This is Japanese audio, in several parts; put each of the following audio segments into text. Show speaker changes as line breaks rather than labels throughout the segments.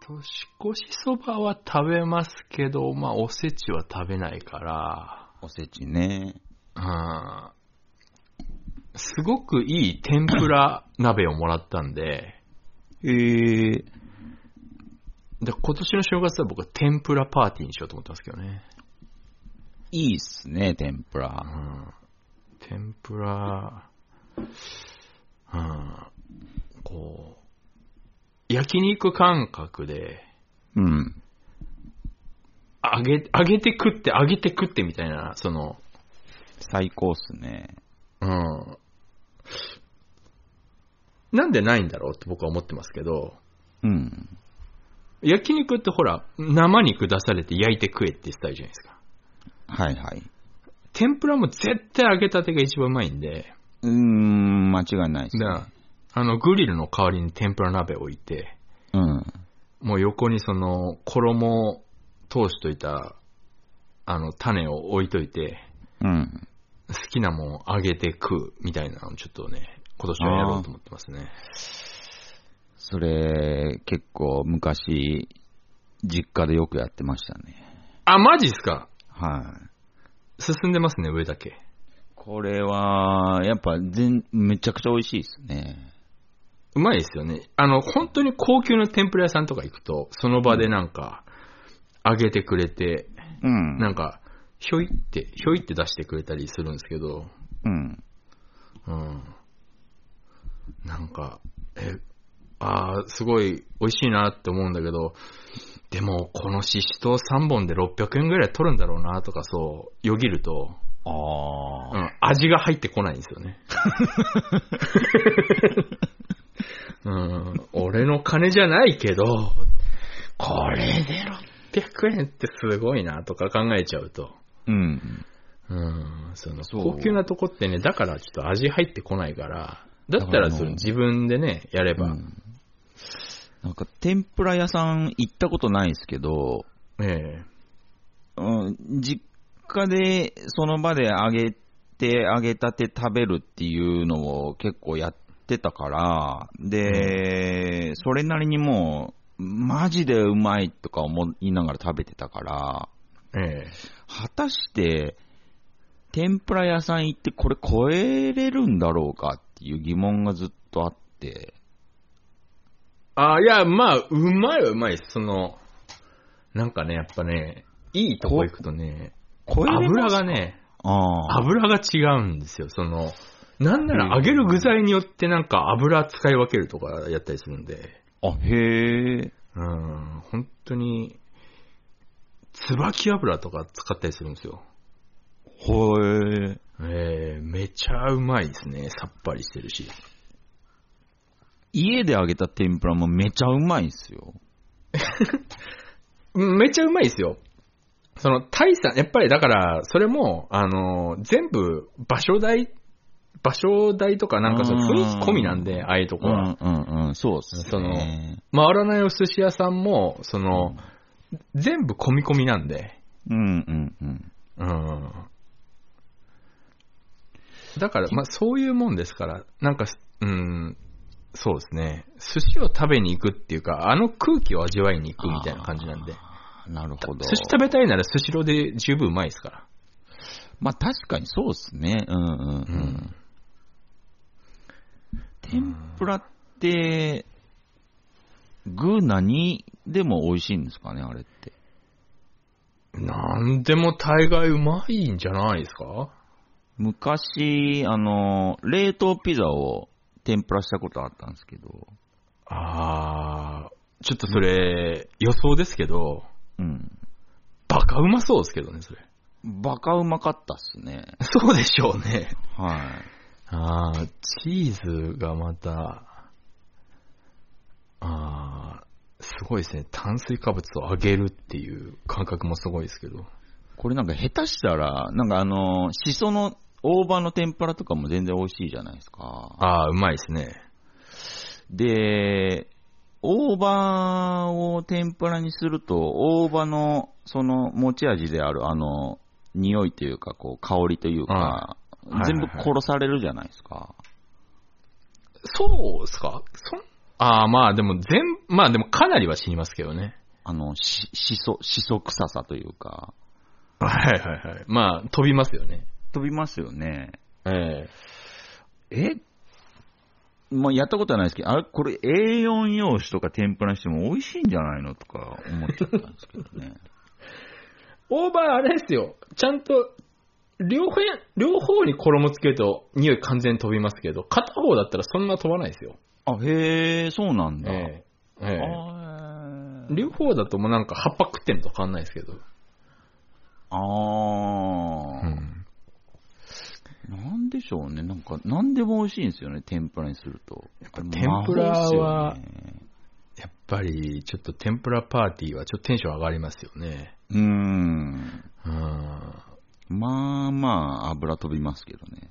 年越しそばは食べますけど、まあ、おせちは食べないから、
おせちね。
うん。すごくいい天ぷら鍋をもらったんで、
えー、
で今年の正月は僕は天ぷらパーティーにしようと思ってますけどね。
いいっすね、天ぷ
う
ら。
ん。天ぷら、うん。こう、焼肉感覚で、
うん。
揚げ、揚げて食って、揚げて食ってみたいな、その、
最高っすね。
うん。なんでないんだろうって僕は思ってますけど、
うん。
焼肉ってほら、生肉出されて焼いて食えってスタイルじゃないですか。
はいはい。
天ぷらも絶対揚げたてが一番うまいんで、
うーん、間違いないっすね。
なあの、グリルの代わりに天ぷら鍋を置いて、
うん。
もう横にその、衣を通しといた、あの、種を置いといて、
うん。
好きなもん揚げて食うみたいなのをちょっとね、今年はやろうと思ってますね。
それ、結構昔、実家でよくやってましたね。
あ、マジっすか
はい。
進んでますね、上だけ。
これは、やっぱ全、めちゃくちゃ美味しいっすね。
うまいですよね。あの、本当に高級の天ぷら屋さんとか行くと、その場でなんか、揚げてくれて、
うん。
なんか、ひょいって、ひょいって出してくれたりするんですけど、
うん。
うん。なんか、え、あーすごい美味しいなって思うんだけど、でも、このししとう3本で600円ぐらい取るんだろうなとかそう、よぎると、
あ
う
あ。
ん、味が入ってこないんですよね。うん、俺の金じゃないけど、これで600円ってすごいなとか考えちゃうと。
うん。
うん、その
そう
高級なとこってね、だからちょっと味入ってこないから、だったら
だからあの
その自分でね、やれば、
うんなんか天ぷら屋さん行ったことないですけど、
え
うん、実家でその場で揚げて、揚げたて食べるっていうのを結構やってたから、で、それなりにもう、マジでうまいとか思いながら食べてたから、
ええ
果たして、天ぷら屋さん行ってこれ超えれるんだろうかっていう疑問がずっとあって、
あ、いや、まあ、うまいはうまいです。その、なんかね、やっぱね、いいとこ行くとね、
超えれます
油がね、
ああ、
油が違うんですよ。その、なんなら揚げる具材によってなんか油使い分けるとかやったりするんで、
あ、へえ。
うん、本当に、椿油とか使ったりするんですよ。
ほえ。
えー、めちゃうまいですね。さっぱりしてるし。
家で揚げた天ぷらもめちゃうまいんすよ。
うんめちゃうまいですよ。その、タイさん、やっぱりだから、それも、あの、全部、場所代、場所代とかなんかその雰囲気込みなんで、ああいうとこ
う
は。
んうんうん、そうっすね。
その回らないお寿司屋さんも、その、全部込み込みなんで、
うんうんうん。
うん。だから、まあ、そういうもんですから、なんか、うん、そうですね。寿司を食べに行くっていうか、あの空気を味わいに行くみたいな感じなんで。
あー。なるほど。
寿司食べたいなら寿司ロで十分うまいですから。
まあ確かにそうっすね。うんうんうん。
ん
天ぷらって、具何でも美味しいんですかね、あれって。
なんでも大概うまいんじゃないですか
昔、あの、冷凍ピザを天ぷらしたことあったんですけど、
あー、ちょっとそれ、予想ですけど、
うん。
バカうまそうですけどね、それ。
バカうまかったっすね。
そうでしょうね。
はい。
ああ、チーズがまた、ああ、すごいですね。炭水化物を揚げるっていう感覚もすごいですけど。
これなんか下手したら、なんかあの、しその大葉の天ぷらとかも全然美味しいじゃないですか。
ああ、うまいですね。
で、大葉を天ぷらにすると、大葉のその持ち味であるあの、匂いというか、こう、香りというか、
うんはいはいはい
全部殺されるじゃないですか。
そうっすかそんああ、まあでも全、まあでもかなりは死にますけどね。
あの、し、しそ、しそ臭さというか、
はいはいはい。まあ、飛びますよね。
飛びますよね。
ええ
えまあ、やったことはないですけど、あれ、これ A4 用紙とか天ぷらにしても美味しいんじゃないのとか思っちゃったんですけど ね。
オーバーあれですよ。ちゃんと、両方、両方に衣つけると匂い完全に飛びますけど、片方だったらそんな飛ばないですよ。
あ、へえ、そうなんだ。
ええええ
あー
両方だともうなんか葉っぱ食ってんのと変わんないですけど。
あー、
うん。
なんでしょうね。なんか、なんでも美味しいんですよね。天ぷらにすると。やっ
ぱ天ぷらは
ね、
やっぱり、ちょっと天ぷらパーティーはちょっとテンション上がりますよね。
うーん。
うん。
まあまあ、油飛びますけどね。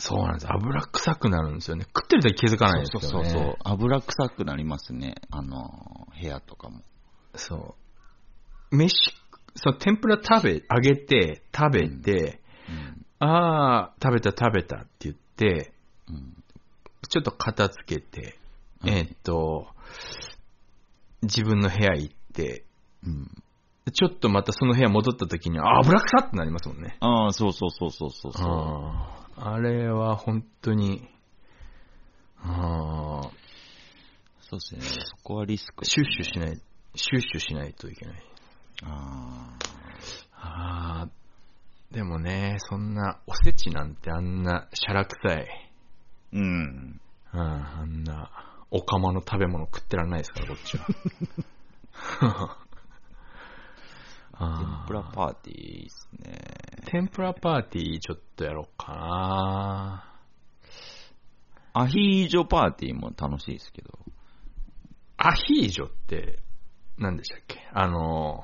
そうなんです。油臭くなるんですよね。食ってる時気づかないんです
そう
よね。
そうそう。油臭くなりますね。あの、部屋とかも。
そう。飯、そう、天ぷら食べ、揚げて、食べて、ああ、食べた食べたって言って、
うん。うん。
ちょっと片付けて、
はい
えーっと、自分の部屋行って、
うん。
ちょっとまたその部屋戻った時に、あ、油臭ってなりますもんね。
ああ、そうそうそうそうそうそう。
あーあれは本当に、あー
そうですね。そこはリスク。
シュッシュしない、シュッシュしないといけない。
あ
あーでもね、そんな、おせちなんてあんな、しゃらくさい、
あ。うん。
うん、あんな、お釜の食べ物食ってらんないですから、こっちは。
天
あ
ぷらパーティーですね。
ー天ぷらパーティーちょっとやろうかな。
アヒージョパーティーも楽しいですけど。
アヒージョって、何でしたっけあの、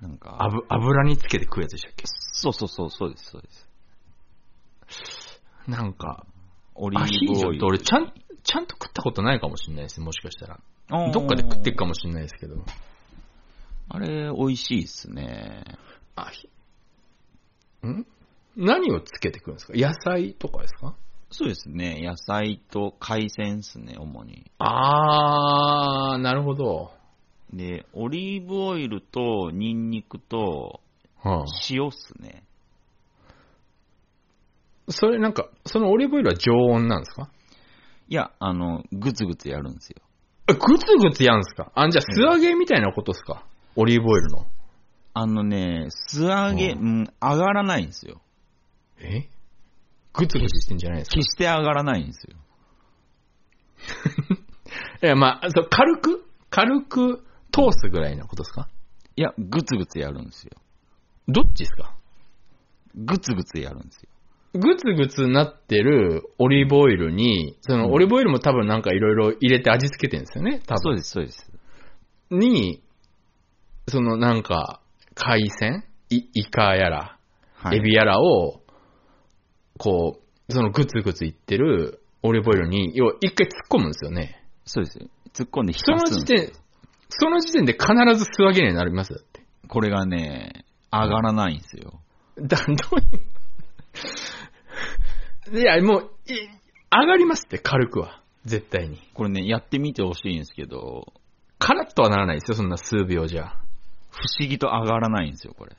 なんか。
油油につけて食うやつでしたっけ
そうそうそう、そうです、そうです。
なんか、
オリ
アヒ
ー
ージョ
ブオ
っ
イ
て
ル。
俺ちゃん、ちゃんと食ったことないかもしれないですね、もしかしたら。
あー
どっかで食ってっかもしれないですけど。
あれ、美味しいっすね。
あひ、ん何をつけてくるんですか野菜とかですか
そうですね。野菜と海鮮っすね、主に。
あー、なるほど。
で、オリーブオイルとニンニクと
はあ、
塩っすね。
それなんか、そのオリーブオイルは常温なんですか
いや、あの、ぐつぐつやるんですよ。
あグツグツやんすかあ、じゃあ素揚げみたいなことですか、オリーブオイルの。
あのね、素揚げ、う、
うん
上がらないんですよ。
えグツグツしてんじゃないですか
決して上がらないんですよ。
いや、まあ、そう軽く、軽く通すぐらいなことですか
いや、ぐつぐつやるんですよ。
どっちですか
ぐつぐつやるんですよ。
グツグツなってるオリーブオイルに、そのオリーブオイルも多分なんかいろいろ入れて味付けてるんですよね、多分。
そうです、そうです。
に、そのなんか、海鮮いイカやら、
は
エビやらを、こう、そのグツグツいってるオリーブオイルに、要は一回突っ込むんですよね。
そうです。突っ込んで
そ
浸
の
すん
時
ですよ
点、その時点で必ず素揚げになりますだって。
これがね、上がらないんですよ。
だ、どう いう。いや、もう、い上がりますって、軽くは。絶対に。
これね、やってみてほしいんですけど、
カラッとはならないですよ、そんな数秒じゃ。
不思議と上がらないんですよ、これ。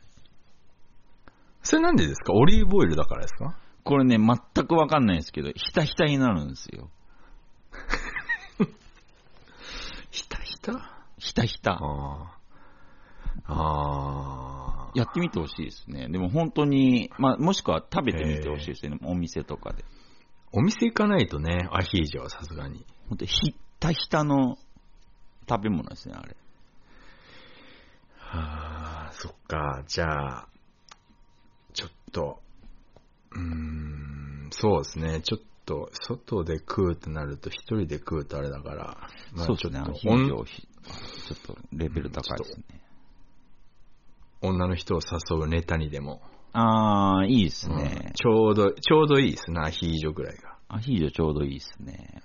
それなんでですかオリーブオイルだからですか
これね、全くわかんないんですけど、ひたひたになるんですよ。
ひたひた
ひたひた。
ああ。ああ。
やってみてほしいですね。でも本当に、まあ、もしくは食べてみてほしいですね、お店とかで。
お店行かないとね、アヒージョはさすがに。
本当ひったひたの食べ物ですね、あれ。
はあ、そっか。じゃあ、ちょっと、うーん、そうですね。ちょっと、外で食うとなると、一人で食うとあれだから、まあ
そうですね、
ちょっ
非
とおん
常ひちょっとレベル高いですね。
女の人を誘うネタにでも、
あー、いいです
うん
ね。
ちょうど、ちょうどいいですね、アヒージョぐらいが。
アヒージョちょうどいいですね。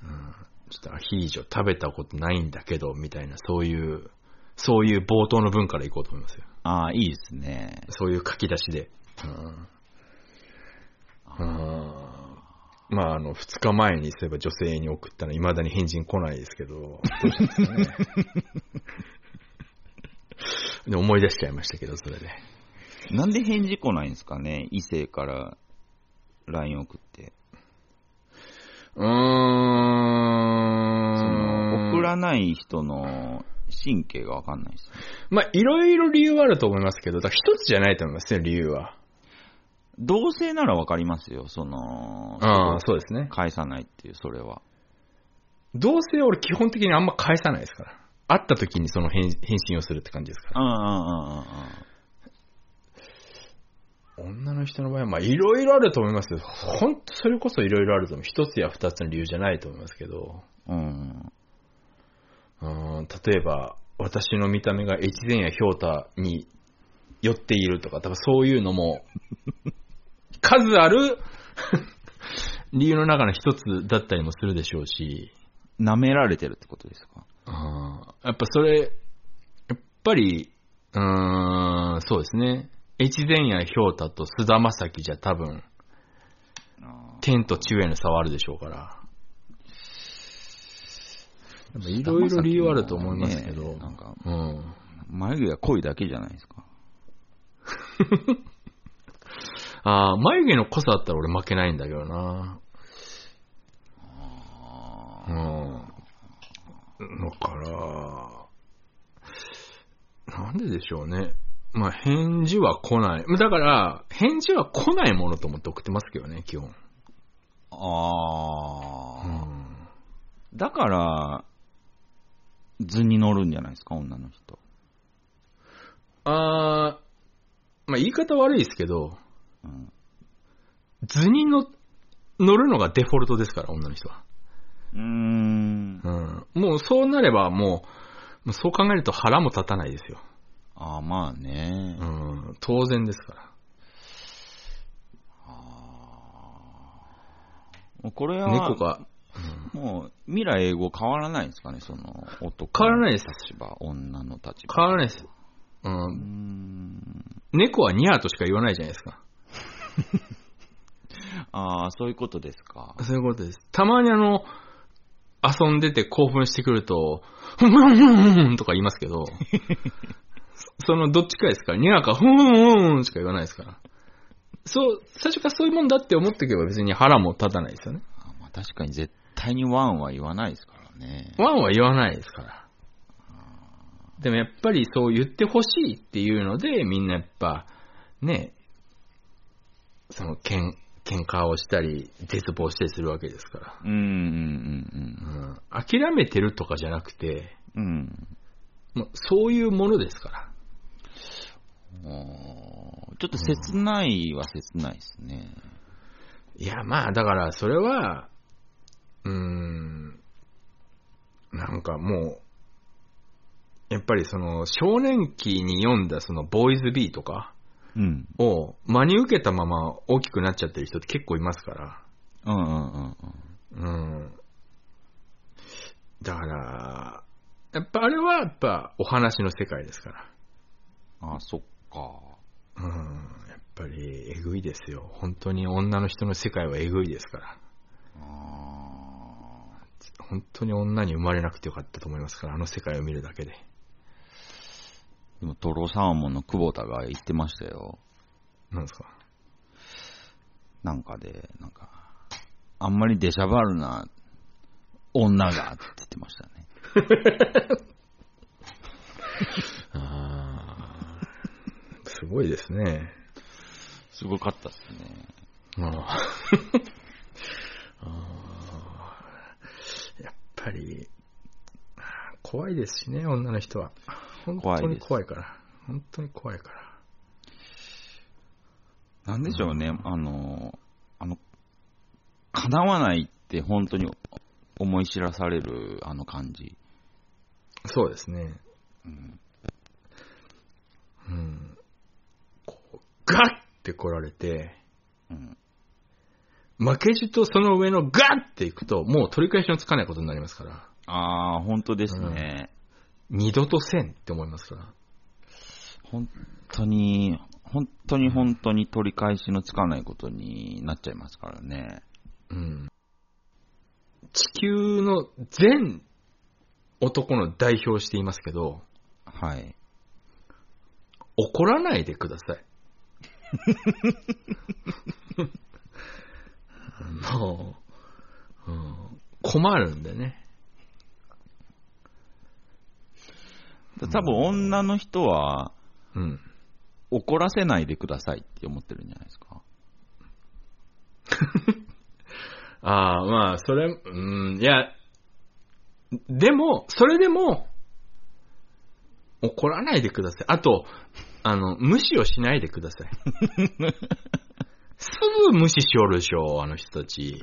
ちょっとアヒージョ食べたことないんだけど、みたいな、そういう、そういう冒頭の文からいこうと思いますよ。
あー、いいですね。
そういう書き出しで。うん。うん。まあ、あの、2日前にそういえば女性に送ったの、未だに返事来ないですけど、 どうですかねで思い出しちゃいましたけど、それで。
なんで返事来ないんですかね、異性から LINE 送って。
うー
その
ん。
送らない人の神経がわかんないですね。
まあ、いろいろ理由はあると思いますけど、だから一つじゃないと思いますね、理由は。
同性ならわかりますよ、その、
ああ、そうですね。
返さないっていう、それは。
どうせ俺基本的にあんま返さないですから。会った時にその返返信をするって感じですから。
うんうんうんうんうん。
女の人の場合は、まあ、いろいろあると思いますけど、ほんとそれこそいろいろあると思う。一つや二つの理由じゃないと思いますけど、
うん。
うーん、例えば、私の見た目が越前やひょうたに寄っているとか、多分そういうのも、 数ある理由の中の一つだったりもするでしょうし、
舐められてるってことですか
あーやっぱそれ、やっぱり、うーん、そうですね。越前やひょうたと菅田将暉じゃ多分、
あ
天と地への差はあるでしょうから。い
ろ
ろ
い
い
ろ
ろ
理
理
由
由
はあ
あ
る
る
と
と
思
思
い
い
ま
ますす
け
け
ど
ど、
なんか
うん、
ー眉毛が濃いだけじゃないですか。
ああ、眉毛の濃さあったら俺負けないんだけどな。うん。だから、なんででしょうね。まあ、返事は来ない。だから、返事は来ないものと思って送ってますけどね、基本。
あ
う
ー
ん
だから、図に乗るんじゃないですか、女の人。
あーまあ、言い方悪いですけど、
うん、
図にの乗るのがデフォルトですから、女の人は。
うーん。
うん。もうそうなればもう、もうそう考えると腹も立たないですよ。
ああ、まあね。
うん。当然ですから。
もうこれは、
猫が、
もう、未来英語変わらないんですかね、その、男。
変わらないです
立場、女の立場。
変わらないです。う
うー
ん。
ん。
猫はニャーとしか言わないじゃないですか。
ああ、そういうことですか。
そういうことです。たまにあの、遊んでて興奮してくると、ふんふんふんふんふんとか言いますけ ど、そそのどっちかですから、ニャーかふんふんふんしか言わないですから。そう、最初からそういうもんだって思っておけば別に腹も立たないですよね。
あーまあ、確かに絶対にワンは言わないですからね。
ワンは言わないですから。でもやっぱりそう言ってほしいっていうので、みんなやっぱ、ね、その、けん、喧嘩をしたり、絶望したりするわけですから。
うん、うん、
うん。諦めてるとかじゃなくて、
うん、うん。
もうそういうものですから。
うん。おーちょっと切ないは切ないですね。
いや、まあ、だから、それは、うーん、なんかもう、やっぱりその、少年期に読んだその、ボーイズビーとか、
うん。
を真に受けたまま大きくなっちゃってる人って結構いますから。
うん、うん、うん。
うん。だから、やっぱあれはやっぱお話の世界ですから。
ああ、そっか。
うん。やっぱりえぐいですよ。本当に女の人の世界はえぐいですから。
あ
本当に女に生まれなくてよかったと思いますから、あの世界を見るだけで。
ーでも、トロサーモンの久保田が言ってましたよ。
なんですか
なんかで、なんか、あんまり出しゃばるな、女がって言ってましたね。
ああ。 すごいですね。
すごかったっすね。
うん あーやっぱり、怖いですしね、女の人は。本当に怖いから。本当に怖いから。
なんでしょうね、あの、あの、叶わないって本当に思い知らされるあの感じ。
そうですね。
うん、
うん。こう、ガッって来られて、
うん、
負けじとその上のガッって行くと、もう取り返しのつかないことになりますから。
ああ、本当ですね。
二度とせんって思いますから。
本当に、本当に本当に取り返しのつかないことになっちゃいますからね。
うん。の全男の代表していますけど、
はい。
怒らないでください。 あの、うん、困るんでね。
多分女の人は
うん。
怒らせないでくださいって思ってるんじゃないですか。
ああ、まあ、それ、うん、いや、でも、それでも、怒らないでください。あと、あの、無視をしないでください。すぐ無視しおるでしょ、あの人たち。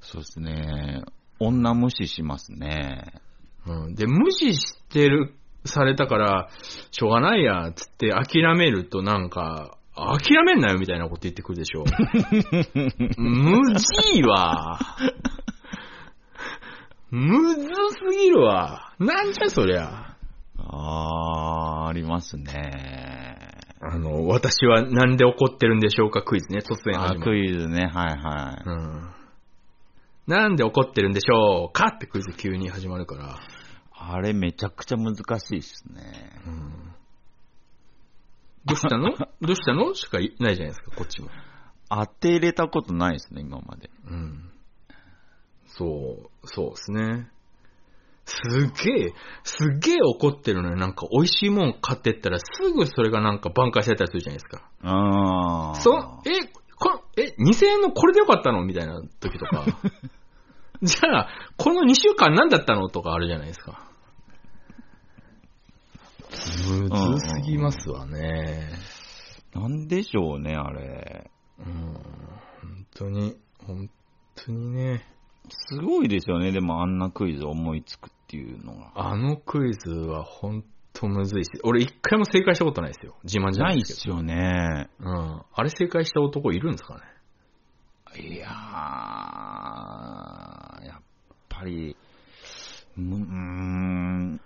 そうですね。女無視しますね。
うん、で、無視してる、されたから、しょうがないや、つって諦めるとなんか、諦めんなよみたいなこと言ってくるでし ょ。無事いわ。むずすぎるわ。なんじゃそりゃ。
あー、ありますね。
あの、私はなんで怒ってるんでしょうかクイズね、突然
あ
始まる。
クイズね、はいはい。
うん。なんで怒ってるんでしょうかってクイズ急に始まるから。
あれめちゃくちゃ難しいですね。
どうした のどうしたのしかいないじゃないですか、こっちも。
当てれたことないですね、今まで。
うん。そう、そうですね。すげえ、すげえ怒ってるのになんか美味しいもん買ってったらすぐそれがなんか挽回されたりするじゃないですか。
あー。
そう、え、こえ、2000円のこれでよかったのみたいな時と か。じゃあ、この2週間何だったのとかあるじゃないですか。むずすぎますわね。
なんでしょうね、あれ。
うん、本当に、本当にね。
すごいですよね、でもあんなクイズ思いつくっていうのが。
あのクイズはほんとむずいし、俺一回も正解したことないですよ。自慢じゃな
ないい
で
っ
す
すよね。
けど。うん。あれ正解した男いるんですかね
いやー、やっぱり、うーん、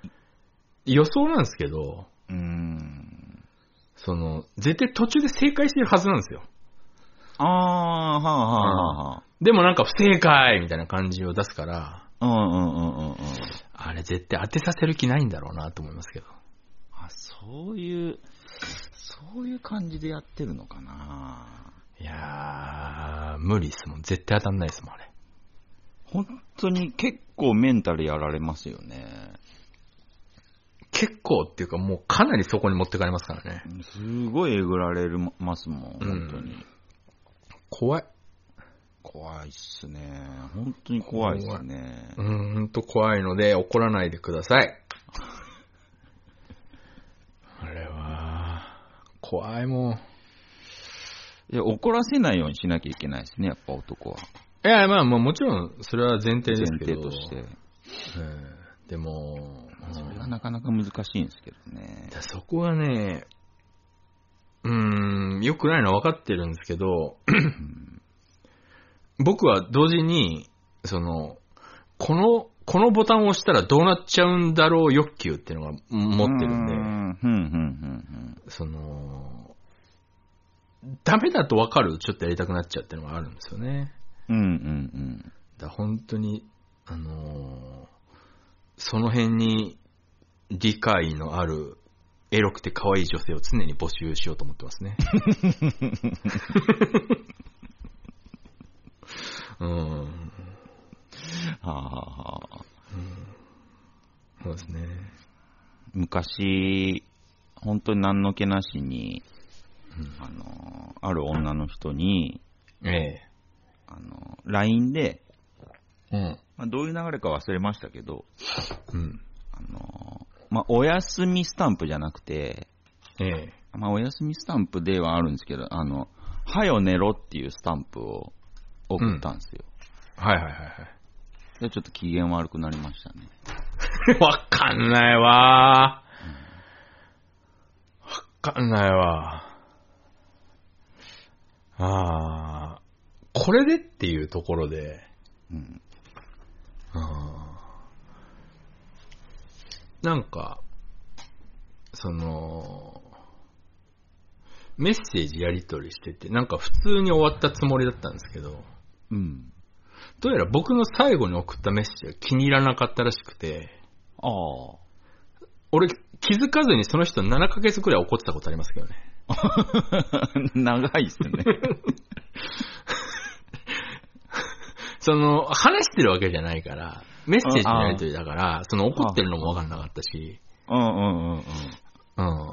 予想なんですけど、
うーん。
その、絶対途中で正解してるはずなんですよ。
あー、はあはあは
でもなんか不正解みたいな感じを出すから、
あはあ。うんうんうんうんうん。
あれ絶対当てさせる気ないんだろうなと思いますけど。
あ、そういう、そういう感じでやってるのかない
やー、無理ですもん。絶対当たんないですもん、あれ。
本当に結構メンタルやられますよね。
結構っていうかもうかなりそこに持ってかれますからね。
すごいえぐられるますもん、本
うん
当に。
怖い。
怖いっすね。本当に怖いっすね。
うん、ほんと怖いので怒らないでください。 あれは、怖いもん。
いや、怒らせないようにしなきゃいけないですね、やっぱ男は。
いや、まあまあもちろん、それは前提で
前
すけ
提
ど。
として。
うんでも、
それ
う
は
ん
なかなか難しいんですけどね。
そこはね、うーん、良くないのは分かってるんですけ ど、僕は同時に、その、この、このボタンを押したらどうなっちゃうんだろう欲求っていうのが持ってるんで、
うん、うん、うん、
その、ダメだと分かるちょっとやりたくなっちゃうっていうのがあるんですよね。
うん。うん、うん、
だから本当に、あのーその辺に理解のあるエロくて可愛い女性を常に募集しようと思ってます ね。うん。
うん。はあ、はあはあ、
そうですね。
昔、本当に何の気なしに、あの、ある女の人に、
え
あの、LINE で、
え。うん。
まあ、どういう流れか忘れましたけど、
うん。
あの、まあ、お休みスタンプじゃなくて、
ええ。
まあ、お休みスタンプではあるんですけど、あの、はよ寝ろっていうスタンプを送ったんですよ。
はいはいはいは
でちょっと機嫌悪くなりましたね。
い。 わかんないわー。わかんないわー。ああ。これでっていうところで、
うん。
なんか、その、メッセージやり取りしてて、なんか普通に終わったつもりだったんですけど、
うん。
どうやら僕の最後に送ったメッセージが気に入らなかったらしくて、
ああ。
俺気づかずにその人7ヶ月くらい怒ってたことありますけどね。
長いっすね。
その、話してるわけじゃないから、メッセージのやりとりだから、その怒ってるのもわかんなかったし、
うんうんうんうん。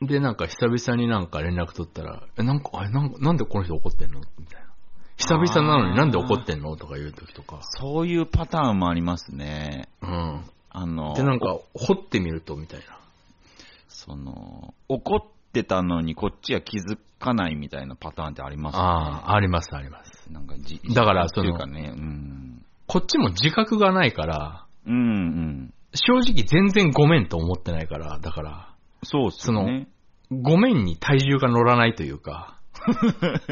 うん。で、なんか久々になんか連絡取ったら、え、なんか、あれ、なんかなんでこの人怒ってんのみたいな。久々なのになんで怒ってんのとか言う時とか。
そういうパターンもありますね。
うん。
あの、
で、なんか、掘ってみると、みたいな。
その、怒ってたのにこっちは気づかないみたいなパターンってありますよね。
ああ、あります、あります。
なんかじ、
だから
っていうかね、うん。
こっちも自覚がないから、
うんうん。
正直全然ごめんと思ってないから、だから、
そうっすね。
ごめんに体重が乗らないというか、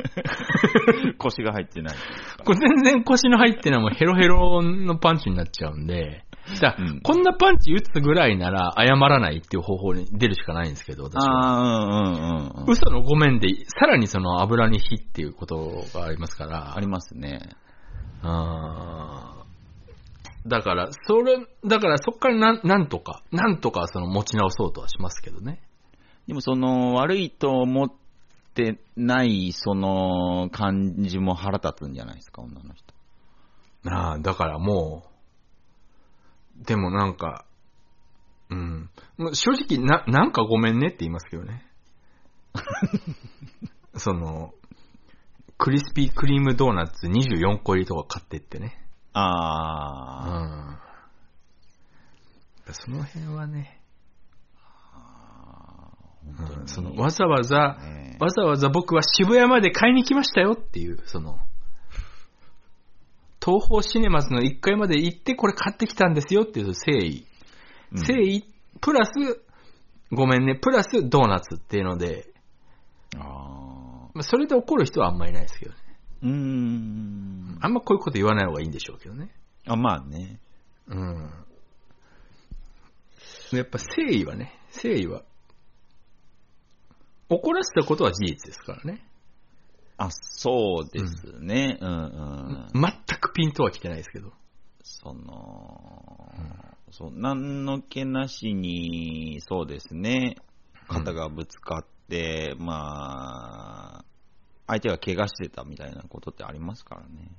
腰が入ってない。
これ全然腰の入ってないもうヘロヘロのパンチになっちゃうんで、だから
うん
こんなパンチ打つぐらいなら謝らないっていう方法に出るしかないんですけど、私は。
ああ、うんうんうん。
嘘のごめんで、さらにその油に火っていうことがありますから。
ありますね。
あーだから、それ、だからそっからなん、なんとか、なんとかその持ち直そうとはしますけどね。
でもその、悪いと思ってない、その、感じも腹立つんじゃないですか、女の人。
ああ、だからもう、でもなんか、うん。もう正直、な、なんかごめんねって言いますけど ね。その、クリスピークリームドーナツ24個入りとか買ってってね。う
ああ、
ん。その辺はね、
本当
うん
に。
そのわざわざ、
ね
わざわざ僕は渋谷まで買いに来ましたよっていう、その、東宝シネマズの1階まで行ってこれ買ってきたんですよっていう誠意。
うん
誠意、プラス、ごめんね、プラスドーナツっていうので、
ああ、
まあそれで怒る人はあんまりいないですけどね。
うーん。
あんまこういうこと言わない方がいいんでしょうけどね。
あ、まあね。
うん。やっぱ誠意はね、誠意は、怒らせたことは事実ですからね。
あ、そうですね。うんうん。
全くピンとは来てないですけど。
その、そう、何の気なしに、そうですね、肩がぶつかって、まあ、相手が怪我してたみたいなことってありますからね。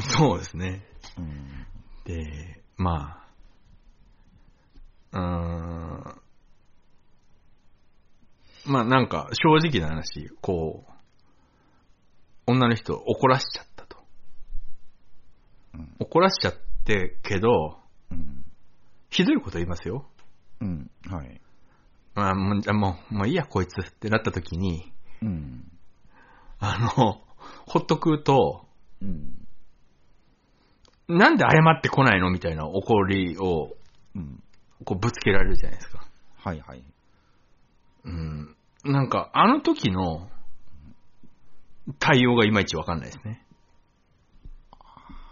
そうですね。
うん。
で、まあ、うーん、まあなんか正直な話、こう、女の人を怒らしちゃったと
うん。
怒らしちゃってけど、
うん。
ひどいこと言いますよ。
うん。はい。
あもう、じゃあもう、もういいやこいつってなった時に、
うん。
あの、ほっとくと、
うん。
なんで謝ってこないのみたいな怒りを、
うん。
こうぶつけられるじゃないですか。
はいはい。
うんなんか、あの時の対応がいまいちわかんないですね。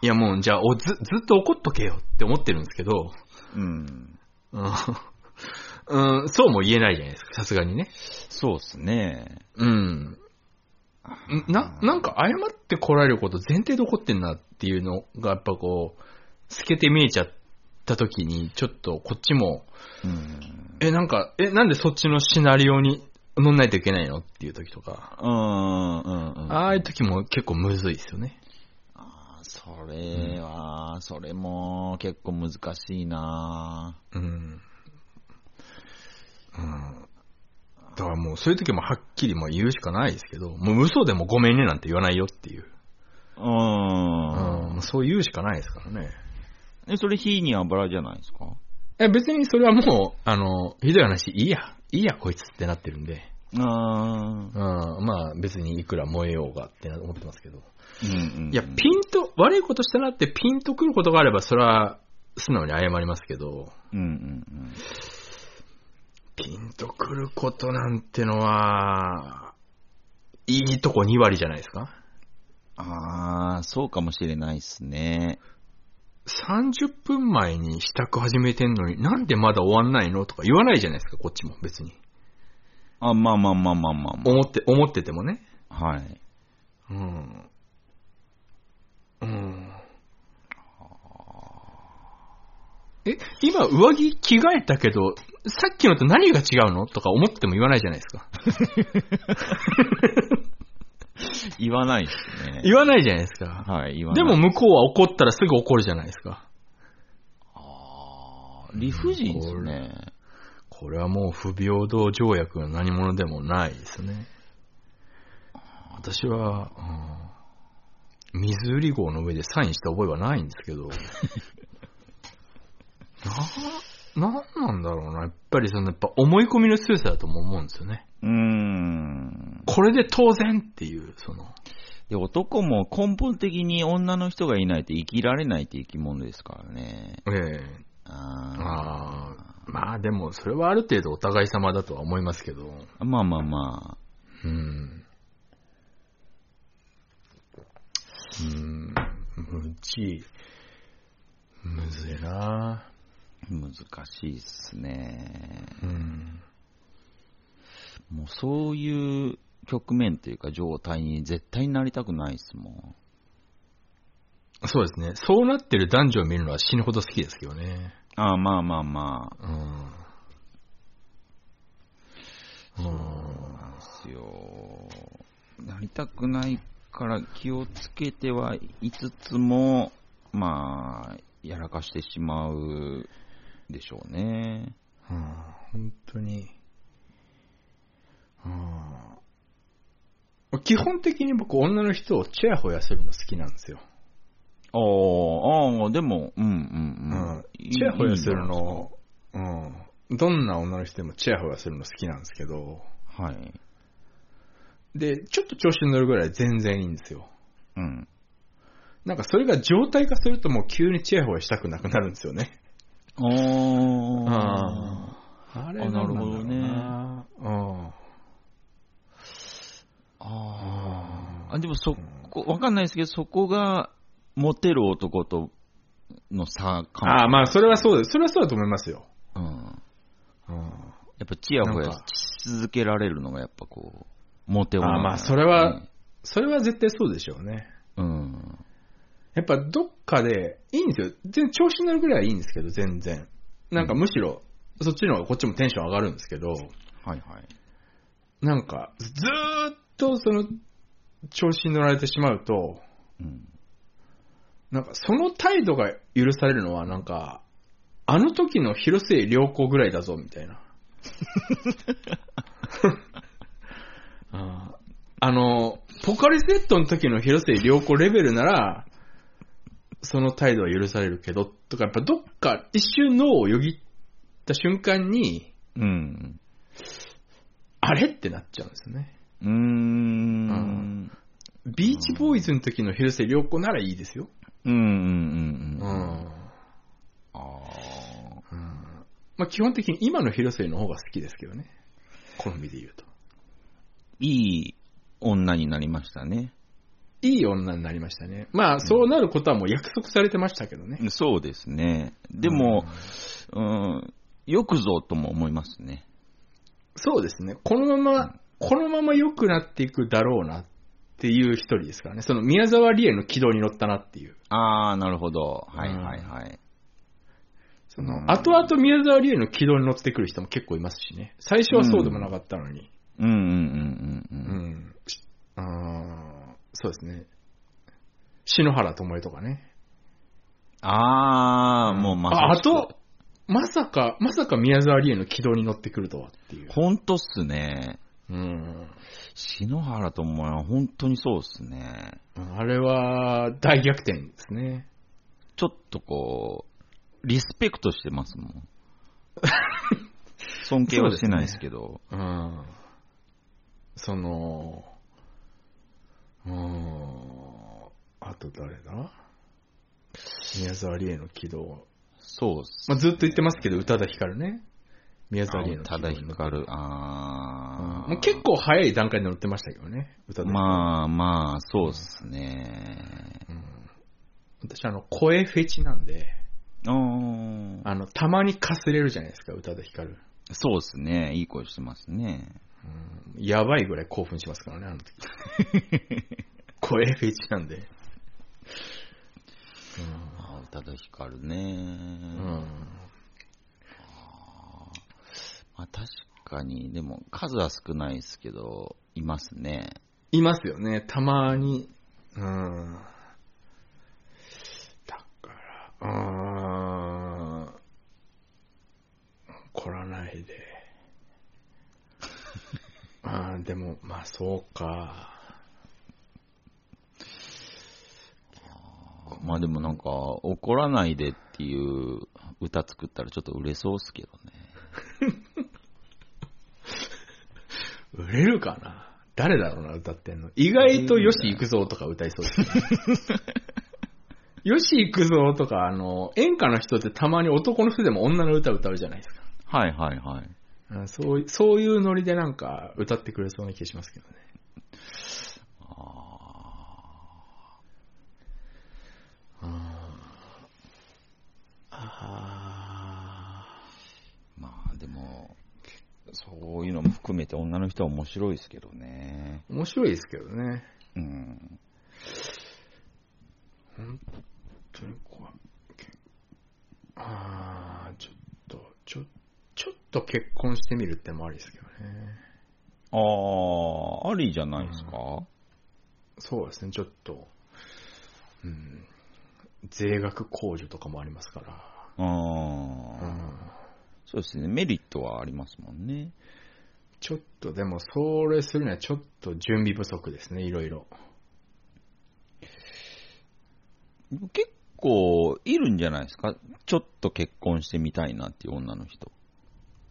いや、もう、じゃあおず、ずっと怒っとけよって思ってるんですけど、
うん。
うん、 うんそうも言えないじゃないですか、さすがにね。
そうですね。
うん。な、なんか謝ってこられること前提で怒ってんなっていうのが、やっぱこう、透けて見えちゃった時に、ちょっとこっちも、
うん。
え、なんか、え、なんでそっちのシナリオに乗んないといけないのっていう時とか。
うん。うん。うん。
ああいう時も結構むずいですよね。
あーそれは、それも結構難しいな
うん。うん。だからもうそういう時もはっきりもう言うしかないですけど、もう嘘でもごめんねなんて言わないよっていう。うん。
うん。
もうそう言うしかないですからね。
え、それ火に油じゃないですか
え、別にそれはもう、あの、ひどい話、いいや、いいやこいつってなってるんで。
あ
うん。まあ別にいくら燃えようがってな思ってますけど。
うん
いや、ピンと、悪いことしたなってピンとくることがあれば、それは素直に謝りますけど。
うんうん
ピンとくることなんてのは、いいとこ2割じゃないですか。
うん。ああ、そうかもしれないですね。
30分前に支度始めてんのになんでまだ終わんないのとか言わないじゃないですか、こっちも別に。
あ、まあまあまあまあまあ、ま
思って、思っててもね。
あ。はい。
うん。え、今上着着替えたけど、さっきのと何が違うのとか思っても言わないじゃないですか。
言わないですね。
言わないじゃないですか。
はい、言わな
で
い。
も、向こうは怒ったらすぐ怒るじゃないですか。
あー理不尽ですね。
これはもう不平等条約の何者でもないですね。私は、うん、水売り号の上でサインした覚えはないんですけど、 な、なんなんだろうな。やっぱりその、やっぱ思い込みの強さだとも思うんですよね。
うーん。
これで当然っていう、その、
で、男も根本的に女の人がいないと生きられないって生き物ですからね。
ええ
あ
あーまあでも、それはある程度お互い様だとは思いますけど、
ーまあまあま
うん。うん、むち、むずいな
あ、難しいっすね。
うん。
もうそういう局面というか状態に絶対になりたくないっすもん。
そうですね。そうなってる男女を見るのは死ぬほど好きですけどね。
ああ、まあまあま
う
あ。
ん。うん
なんですよ。なりたくないから気をつけてはいつつも、まあ、やらかしてしまうでしょうね。
うん本当に。うん。基本的に僕、女の人をチヤホヤするの好きなんですよ。
ああ、ああ、でも、うんうんうん。いい
チヤホヤする
いいんじゃない
の、うん。どんな女の人でもチヤホヤするの好きなんですけど、
ですかはい。
で、ちょっと調子に乗るぐらい全然いいんですよ。
うん。
なんかそれが状態化するともう急にチヤホヤしたくなくなるんですよね。
ああ。
ああれ
あなるほどね
なんだろうな
ああ。でもそこ、わかんないですけど、そこが、モテる男との差
う
か
ん。ああ、まあそれはそうです。それはそうだと思いますよ。
あ。うん。
うん。
やっぱチヤホ
な
ヤ
ん
し
か
続けられるのがやっぱこう、モテ女、
あまあそれはそれは絶対そうでしょうね。
うん。
やっぱどっかで、いいんですよ。全然調子に乗るぐらいはいいんですけど、全然。なんかむしろ、そっちの方がこっちもテンション上がるんですけど、
はいはい。
なんか、ずーっとその、調子に乗られてしまうと、
うん。
なんかその態度が許されるのは、なんか、あの時の広末良子ぐらいだぞ、みたいな。あーあの、ポカリスエットの時の広末良子レベルなら、その態度は許されるけど、とか、やっぱどっか一瞬脳をよぎった瞬間に、
うん。
あれってなっちゃうんですよね。
うーん。
ビーチボーイズの時の広末良子ならいいですよ。
うんうんうんうん。
うん。
あ
まあ基本的に今の広末の方が好きですけどね。好みで言うと。
ーいい女になりましたね。
いい女になりましたね。まあそうなることはもう約束されてましたけどね。
そうですね。でも、うん、よくぞとも思いますね。
そうですね。このまま、このまま良くなっていくだろうなっていう一人ですからね。その宮沢りえの軌道に乗ったなっていう。
ああ、なるほど。はいはいはい。
そ
うん
の、後々宮沢りえの軌道に乗ってくる人も結構いますしね。最初はそうでもなかったのに。
うんうんうんうん
う
うん。
ん。あーそうですね。篠原智恵とかね。
ああ、もうまさ
ああ
しく
と、まさか、まさか宮沢りえの軌道に乗ってくるとはっていう。
ほんとっすね。
うん。
篠原ともは本当にそうっすね。
あれは、大逆転ですね。
ちょっとこう、リスペクトしてますも ん。尊敬はしてないですけど。
うん。その、うん。あと誰だ宮沢りえの軌道。
そうっす
まあ、ずっと言ってますけど、宇多田ヒカルね。宮沢りえの軌道
ただ
に乗
引
って
かる。
うん
あー。
もう結構早い段階に乗ってましたけどね、宇多田ヒカル。
まあまあ、そうっすね。
私、あの、声フェチなんで、
あー
あの、たまにかすれるじゃないですか、宇多田ヒカル。
そうっすね。いい声してますね。
やばいぐらい興奮しますからね、あの 時。声フェチなんで。
あー宇多田ヒカルね。
う
あ
ん。
ーまあ確かに、でも数は少ないですけど、いますね。
いますよね、たまに。うん。だから、うーん。怒らないで。 あーでも、まあそうか。
まあでもなんか、怒らないでっていう歌作ったらちょっと売れそうっすけどね。
売れるかな誰だろうな、歌ってんの。意外とよし行くぞとか歌いそうです、ね。よし行くぞとか、あの、演歌の人ってたまに男の人でも女の歌歌うじゃないですか。
はいはいはい。
うんそういそういうノリでなんか歌ってくれそうな気がしますけどね。あ
まあでも、そういうのも含めて女の人は面白いですけどね。
ー面白いですけどね。
うん。
本当に怖い。けああ、ちょっと、ちょ、ちょっと結婚してみるってのもありですけどね。
ああ、ありじゃないですか、
そうですね、ちょっと、うん、税額控除とかもありますから。
ああ、
うん
そうですね。メリットはありますもんね。
ちょっとでも、それするにはちょっと準備不足ですね、いろいろ。
結構いるんじゃないですかちょっと結婚してみたいなっていう女の人。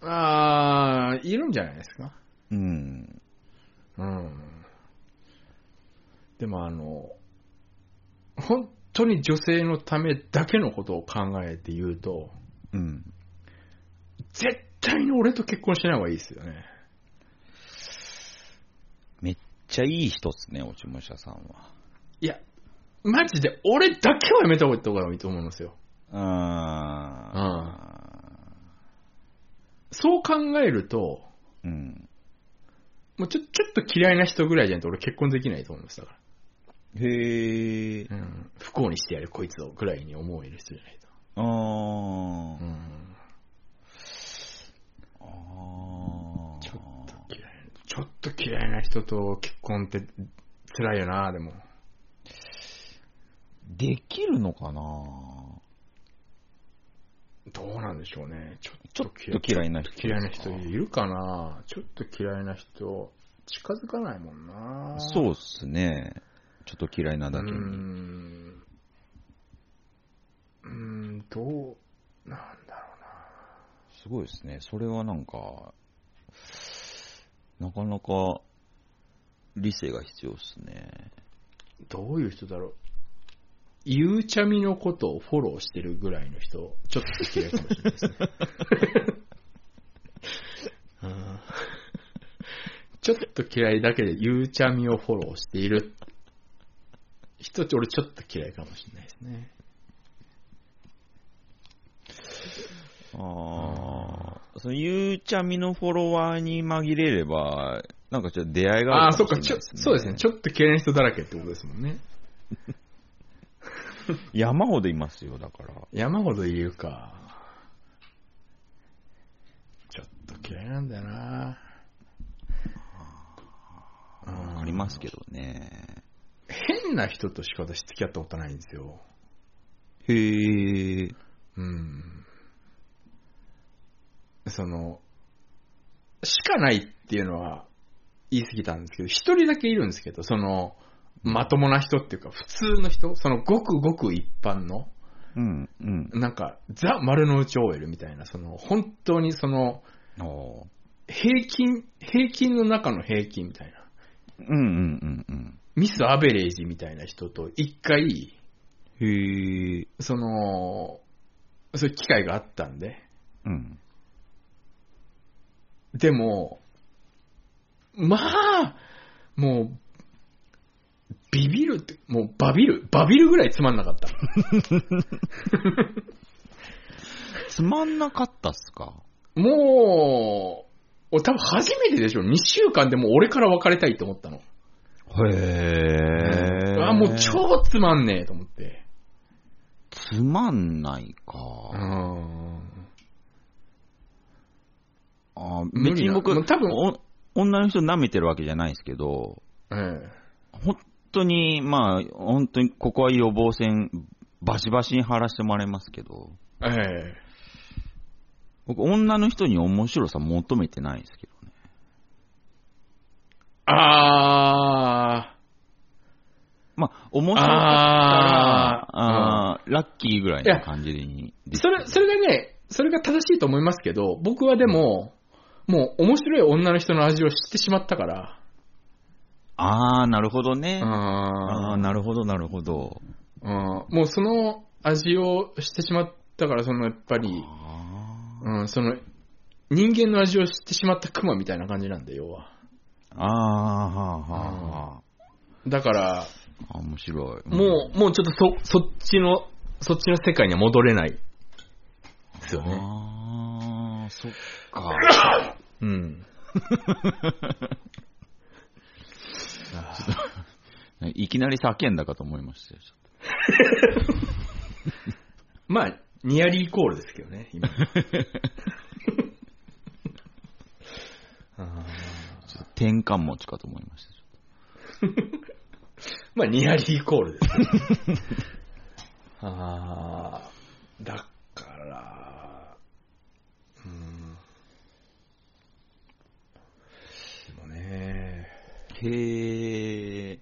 あー、いるんじゃないですか。
うん。
うん。でもあの、本当に女性のためだけのことを考えて言うと、
うん。
絶対に俺と結婚しない方がいいですよね。
めっちゃいい人っすね、落ち武者さんは。
いや、マジで俺だけはやめた方がいいと思いますよ。
あ
そう考えると、
ーうん。
もうちょ、ちょっと嫌いな人ぐらいじゃないと俺結婚できないと思いますだか
へえ。
ら。うん。不幸にしてやるこいつをぐらいに思える人じゃないと。
あー
うん。
あー。
ちょっと嫌いな、ちょっと嫌いな人と結婚って辛いよな、でも。
できるのかな
どうなんでしょうね。ちょっ
ちょ
と
っと嫌いな人。
嫌いな人いるかなちょっと嫌いな人、近づかないもんな。
そうっすね。ちょっと嫌いなだけ
うー
に。
んうーん、どうなんだろ
すごいですね。それはなんか、なかなか理性が必要っすね。
うな。どういう人だろう。ゆうちゃみのことをフォローしてるぐらいの人、ちょっと嫌いかもしれないですね。 うんちょっと嫌いだけでゆうちゃみをフォローしている人って俺ちょっと嫌いかもしれないですね。
ああ、そのゆうちゃみのフォロワーに紛れれば、なんかちょっと出会いが
あ
あ
あ、
るか
そ
も
っ
し
か、ちょ
れないで、すね。
そうですね。ちょっと嫌いな人だらけってことですもんね。
山ほどいますよ、だから。
山ほど言うか。ちょっと嫌いなんだよな。うん
ありますけどね。
変な人としか私付き合ったことないんですよ。
へえ。
うん。その、しかないっていうのは言い過ぎたんですけど、一人だけいるんですけど、その、まともな人っていうか、普通の人、そのごくごく一般の、
うん、うん。
なんか、ザ・丸の内 OL みたいな、その、本当にその、
おー
平均、平均の中の平均みたいな。
うん、うん、うん、うん。
ミスアベレージみたいな人と一回、
へえ。
その、そういう機会があったんで。
うん。
でも、まあ、もう、ビビるって、もうバビる、バビるぐらいつまんなかった。
つまんなかったっすか
もう、俺多分初めてでしょ。2週間でもう俺から別れたいと思ったの。
へえ。
あ、もう超つまんねえと思って。
つまんないか。
うん。
あー
無
別
理な
に僕、
もう多分
お女の人舐めてるわけじゃないですけど、
え
本当に、まあ、本当にここは予防線、バシバシに張らせてもらいますけど、
え。ええ。
僕、女の人に面白さ求めてないですけどね。
あ
まあ、面白かったら、
あ
あーラッキーぐらいの感じに。
ー。それ、それがね、それが正しいと思いますけど、僕はでも、もう面白い女の人の味を知ってしまったから。
ああ、なるほどね。あ
あ
あー、なるほど、なるほど。
あ。もうその味を知ってしまったから、そのやっぱり、
あ
うん、その、人間の味を知ってしまったクマみたいな感じなんで、要は。
ーあー、はあ、はあ、は
だから、
あ。あー面白い。
もう、もうちょっとそ、そっちの、そっちの世界には戻れない。ですよね。
ああ、そっか。
うん。
いきなり叫んだかと思いましたよ。ちょっ
まあ、ニアリーイコールですけどね、 今。あ
とちょっと転換持ちかと思いました。
ーまあ、ニアリーイコールです、ね。あーだから、うん。でもね、
へえ。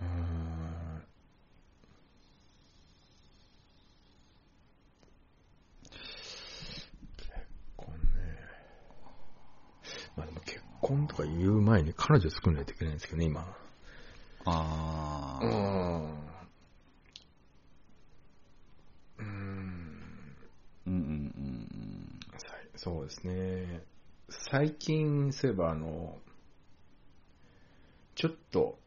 うーん結婚ね。まあでも結婚とか言う前に彼女作んないといけないんですけどね、今。
あ
う
あ、
ん。うーん。
うんうんうん
さいそうですね。最近、そういえばあの、ちょっと、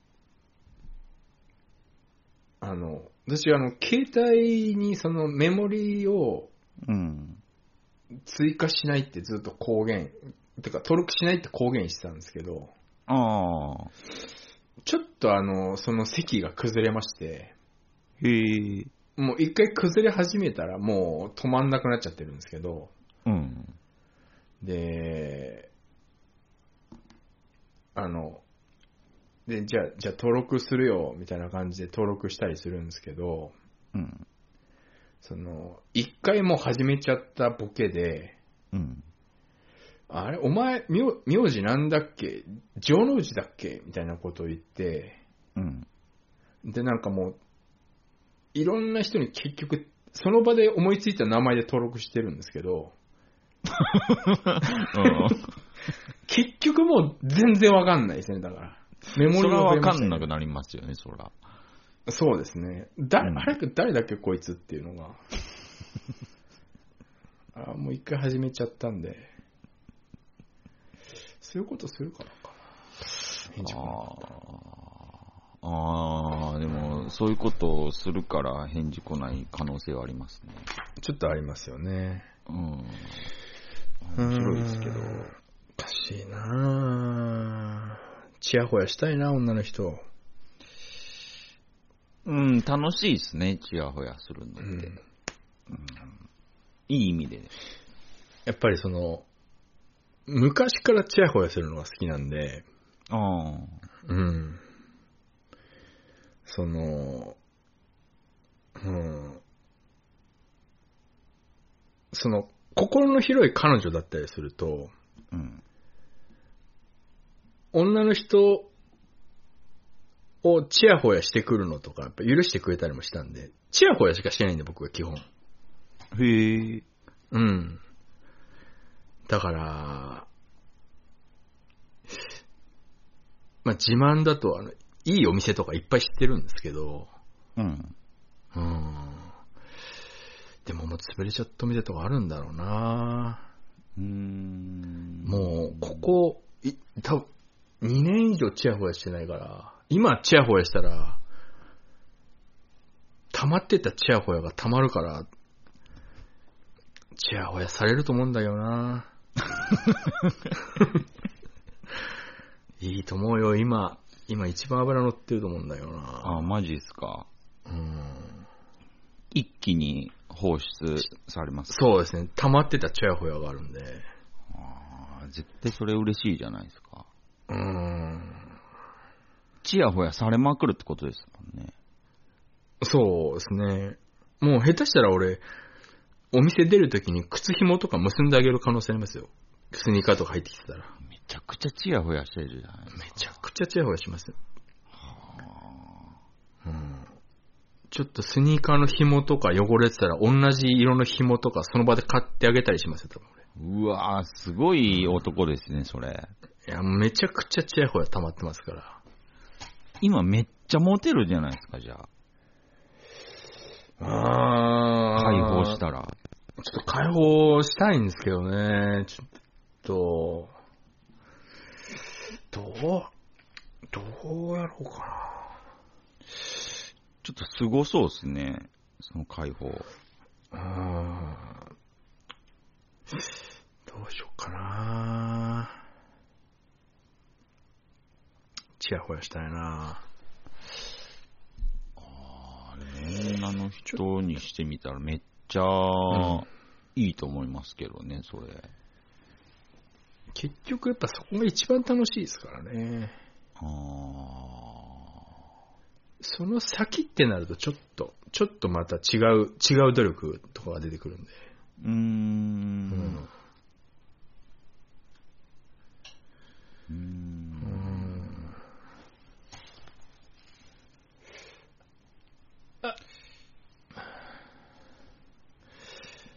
あの、私、あの、携帯にそのメモリを
うん。うん。
追加しないってずっと公言、てか登録しないって公言してたんですけど、
ああ、
ちょっとあの、その席が崩れまして、
へえ。
もう一回崩れ始めたらもう止まんなくなっちゃってるんですけど、
うん。
で、あの、で、じゃあ、じゃあ登録するよ、みたいな感じで登録したりするんですけど、
うん。
その、一回もう始めちゃったボケで、
うん。
あれ、お前、名名字なんだっけ城之内だっけみたいなことを言って、
うん。
で、なんかもう、いろんな人に結局、その場で思いついた名前で登録してるんですけど、結局もう全然わかんないですね、だから。メモ
そ
リ
れ
が
は
増え
わ
ま
か
した
ん
ね
なくなりますよね、そら。
そうですね。誰、
うん
あれ誰だっけこいつっていうの が。あもう一回始めちゃったんで。そういうことするからかな。返事来なかった
ああー、でも、そういうことをするから返事来ない可能性はありますね。
ちょっとありますよね。
うん。面白いですけど。
うーんおかしいなぁ。ちやほやしたいな、女の人。
うん、楽しいですね、ちやほやするのって。
うん
いい意味で。
やっぱりその、昔からちやほやするのが好きなんで、
ああ。
うん。その、うん。その、心の広い彼女だったりすると、
うん。
女の人をチヤホヤしてくるのとか、やっぱ許してくれたりもしたんで、チヤホヤしかしてないんで僕は基本。
へえ。
うん。だから、まあ自慢だと、あの、いいお店とかいっぱい知ってるんですけど、
うん。
うん。でももう潰れちゃった店とかあるんだろうな
うーん。
もう、ここ、い、た2年以上チヤホヤしてないから、今チヤホヤしたら、溜まってたチヤホヤが溜まるから、チヤホヤされると思うんだよな いいと思うよ、今。今一番脂乗ってると思うんだよな
あ、マジですか。
うん。
一気に放出されます。
そうですね。溜まってたちやほやがあるんで。
あー絶対それ嬉しいじゃないですか。
うーん。
ちやほやされまくるってことですもんね。
そうですね。もう下手したら俺、お店出るときに靴紐とか結んであげる可能性ありますよ。スニーカーとか入ってきてたら。
めちゃくちゃちやほやしてるじゃないですか。
めちゃくちゃチヤホヤしますよ。うん。ちょっとスニーカーの紐とか汚れてたら同じ色の紐とかその場で買ってあげたりしますよ、多分俺。
うわー、すごい男ですね、それ。
いや、めちゃくちゃチヤホヤ溜まってますから。
今めっちゃモテるじゃないですか、じゃあ。
あ
解放し。たら。
ちょっと解放したいんですけどね。ちょっと、どう、どうやろうかな。
ちょっとすごそうですね、その解放。
うーんどうしようかなチヤホヤしたいな
女の人にしてみたらめっちゃいいと思いますけどね、それ。
結局やっぱそこが一番楽しいですからね。
あー
その先ってなるとちょっと、ちょっとまた違う、違う努力とかが出てくるんで。
うーん。
う
うー。
んん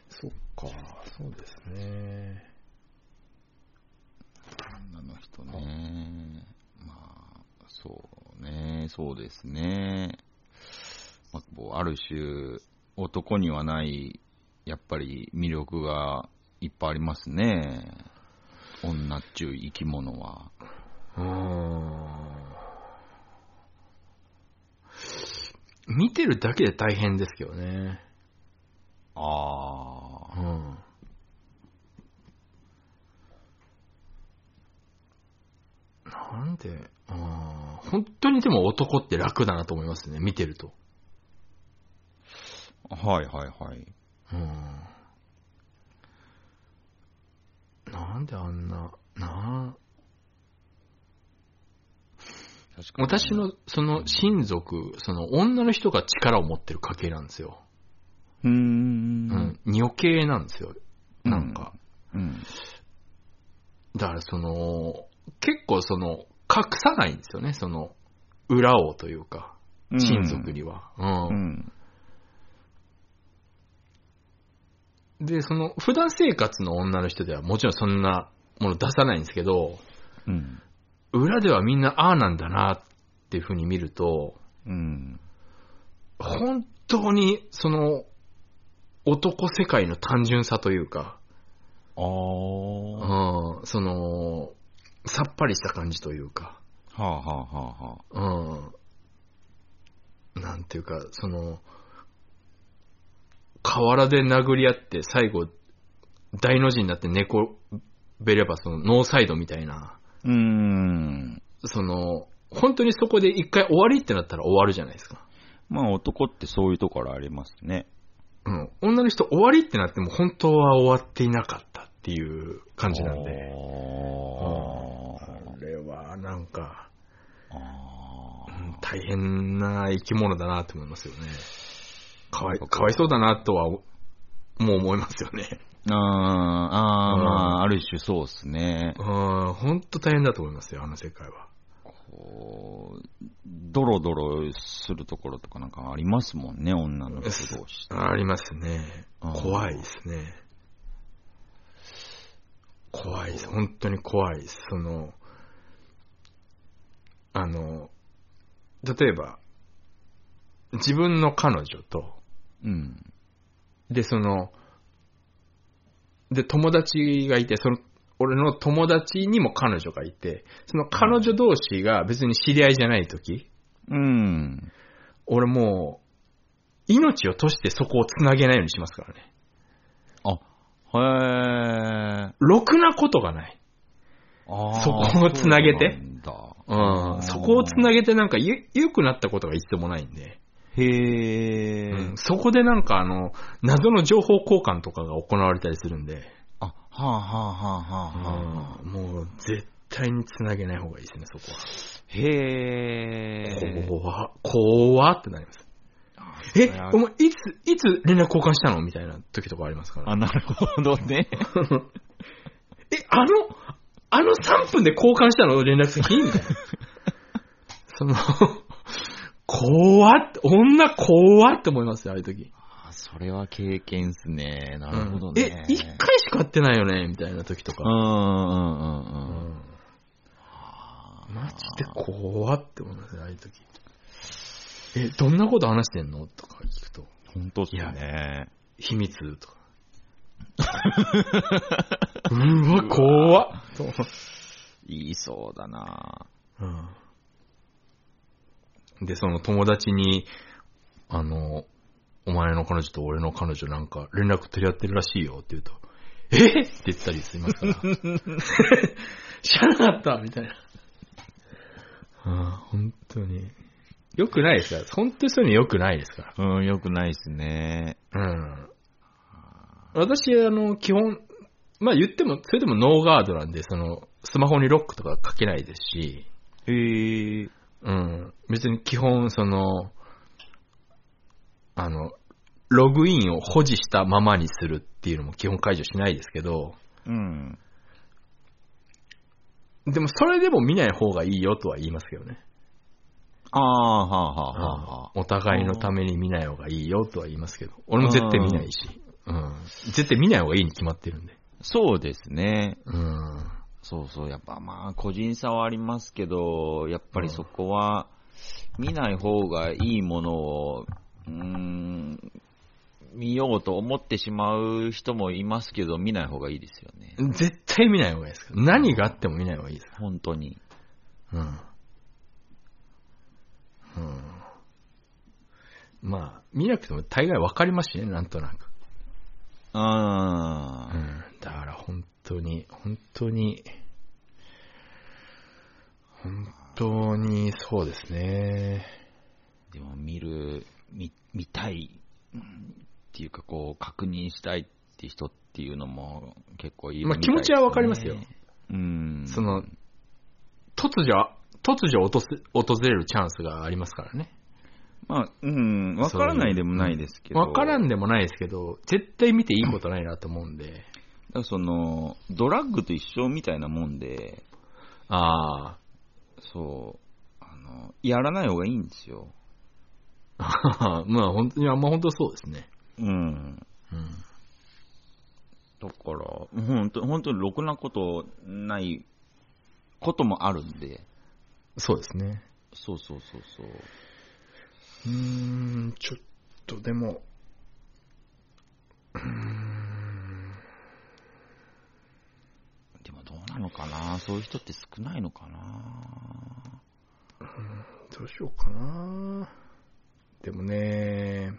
そっか、そうですね。
女の人ね。まあ、そうね、そうですね。まあ、こうある種、男にはない、やっぱり魅力がいっぱいありますね。女っちゅう生き物は。
うーん見てるだけで大変ですけどね。
ああ。
うん。なんで、うん本当にでも男って楽だなと思いますね、見てると。
はいはいはい。
うん。なんであんな、なあ
確かに
私の、その親族、その女の人が力を持ってる家系なんですよ。
うー。
うんん。女系なんですよ。なんか。
うん。
だからその、結構その、隠さないんですよね、その、裏をというか、親族には。うん。
うん。
で、その、普段生活の女の人ではもちろんそんなもの出さないんですけど、
うん。
裏ではみんなああなんだなっていうふうに見ると、
うん。
本当にその、男世界の単純さというか、
ああ。
う
は
ん、その、さっぱりした感じというか、
あはあはあはあ。
うん。なんていうか、その、河原で殴り合って、最後、大の字になって猫べれば、その、ノーサイドみたいな、
うーん。
その、本当にそこで一回終わりってなったら終わるじゃないですか。
まあ男ってそういうところありますね。
うん。女の人終わりってなっても、本当は終わっていなかったっていう感じなんで。あれは、なんか、
あーあ
う
ー。
ん大変な生き物だなと思いますよね。かわい、かわいそうだなとは、もう思いますよね。
あーあー、
うん
まあ、ある種そうですね。
うん、本当大変だと思いますよ、あの世界は。
こう、ドロドロするところとかなんかありますもんね、女の人同士。
ありますね。
うん
怖いですね。怖いです。本当に怖いです。その、あの、例えば、自分の彼女と、
うん。
で、その、で、友達がいて、その、俺の友達にも彼女がいて、その彼女同士が別に知り合いじゃない時
うん。
俺もう、命を賭してそこを繋げないようにしますからね。
あ、へえ。
ろくなことがない。
あー
そこをつなげて
そうなんだ
うん。そこを繋げてなんかゆ、良くなったことが一度もないんで。
へえ、
うんうん、そこでなんかあの、謎の情報交換とかが行われたりするんで、
あ、はあはあはあはあはあ。
うんもう絶対に繋げない方がいいですね、そこ
へー。
は。怖怖ってなります。え、お前、いつ、いつ連絡交換したのみたいな時とかありますから。
あ、なるほどね。
え、あの、あの3分で交換したの連絡先 みたいな。その、怖っ女怖って思いますよ、ああいう時。
あそれは経験っすね。な
う
る
ん
ほどね。
え、一回しか会ってないよねみたいな時と
うんう
か。
んうん
う
うん。
んマジで怖って思いますね、ああいう時。え、どんなこと話してんのとか聞くと。
本当っすね。
秘密と か。うわ、怖っと、
言いそうだな
うん、で、その友達に、あの、お前の彼女と俺の彼女なんか連絡取り合ってるらしいよって言うと、えって言ったりすいます から。知らなかったみたいな。ああ、本当に。良くないですから。本当にそういうの良くないですから。
うん、よくないっすね。
うん。私、あの、基本、まあ言っても、それでもノーガードなんで、その、スマホにロックとかかけないですし、
へー。
うん。別に基本、その、あの、ログインを保持したままにするっていうのも基本解除しないですけど、
うん。
でもそれでも見ない方がいいよとは言いますけどね。
あー、はあはあはあはあ。
お互いのために見ない方がいいよとは言いますけど、俺も絶対見ないし、うん。絶対見ない方がいいに決まってるんで。
そうですね。
うん。
そうそう、やっぱまあ、個人差はありますけど、やっぱりそこは、見ない方がいいものを、うーん、見ようと思ってしまう人もいますけど、見ない方がいいですよね。
絶対見ない方がいいですから。何があっても見ない方がいいですか
本当に。
ら。うん。うん。まあ、見なくても大概わかりますしね、なんとなく。
あ
う
ー
ん。だから本当に、本当に、本当にそうですね。
でも見る、見、見たい、うんっていうかこう、確認したいって人っていうのも結構いるみ
まあ
たい
気持ちはわかりますよ
ですね。うん。
その、突如、突如落とす訪れるチャンスがありますからね。
まあ、うん、わからないでもないですけど。
わからんでもないですけど、絶対見ていいことないなと思うんで。
だからその、ドラッグと一緒みたいなもんで、
ああ、
そう、あの、やらない方がいいんですよ。
ああ まあ本当に、あんまあ本当そうですね。
うん。
うん。
だから、本当本当にろくなことないこともあるんで、
そうですね。
そうそうそうそう。
うーん、ちょっとでも、
でもどうなのかなそういう人って少ないのかな
どうしようかな。でもね、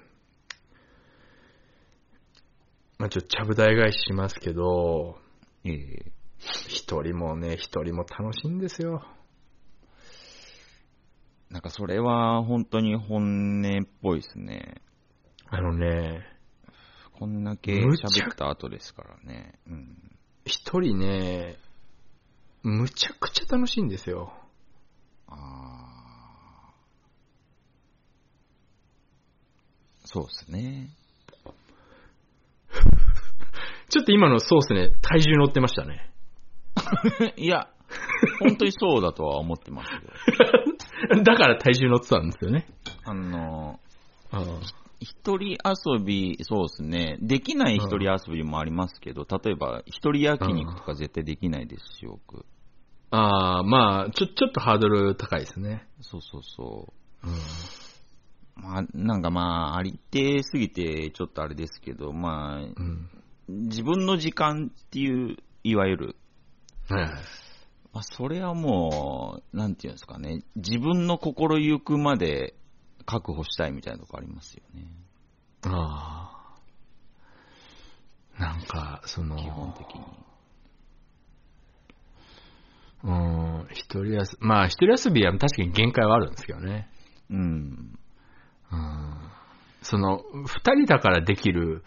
まあちょっとちゃぶ台返ししますけど、
ええ
一人もね、一人も楽しいんですよ。
なんかそれは本当に本音っぽいですね。
あのね、
こんだけ
むちゃ
喋った後ですからね。うん。
一人ね、むちゃくちゃ楽しいんですよ。
あーそうですね。
ちょっと今のソースね、体重乗ってましたね。
いや、本当にそうだとは思ってます よ。
だから体重乗ってたんですよね。
あの、
うん
一人遊び、そうですね。できない一人遊びもありますけど、例えば一人焼肉とか絶対できないですし、僕。
ああ、まあ、ちょ、ちょっとハードル高いですね。
そうそうそう。
うん。
まあ、なんかまあ、ありてすぎてちょっとあれですけど、まあ、
うん。
自分の時間っていう、いわゆる、
はいはい。
まあ、それはもう、なんていうんですかね、自分の心ゆくまで確保したいみたいなとこありますよね、
ああ。なんか、その、
基本的に。
うん、一人遊び、まあ、一人遊びは確かに限界はあるんですけどね。
うん。
うん。その、二人だからできる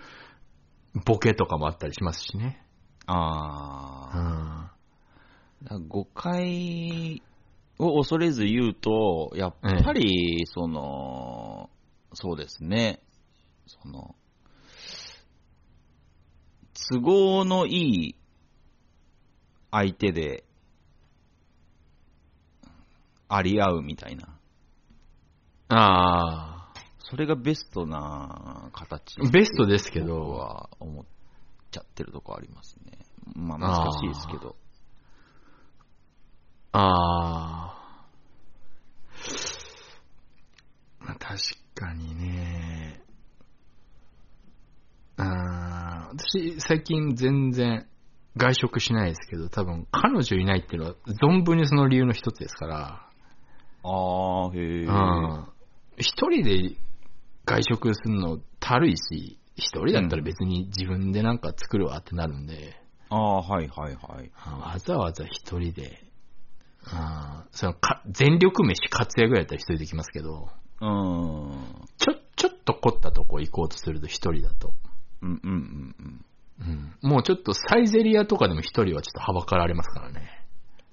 ボケとかもあったりしますしね。
あ
う
あ。
ん。
だから誤解を恐れず言うと、やっぱり、その、そうですね、その、都合のいい相手で、あり合うみたいな。
ああ。
それがベストな形。
ベストですけ
僕
ど、
は思っちゃってるとこありますね。まあ難しいですけど。
ああ。まあ確かにね。あー私、最近全然外食しないですけど、多分彼女いないっていうのは存分にその理由の一つですから、
ああ、へえ。
うん。一人で外食するのたるいし、一人だったら別に自分でなんか作るわってなるんで、
ああ、はいはいはい。
あわざわざ一人で、あそのか全力飯活躍やったら一人できますけど、
うーん。
ちょ、ちょっと凝ったとこ行こうとすると一人だと。
うんうんうんうん。
うん。もうちょっとサイゼリアとかでも一人はちょっとはばかられますからね。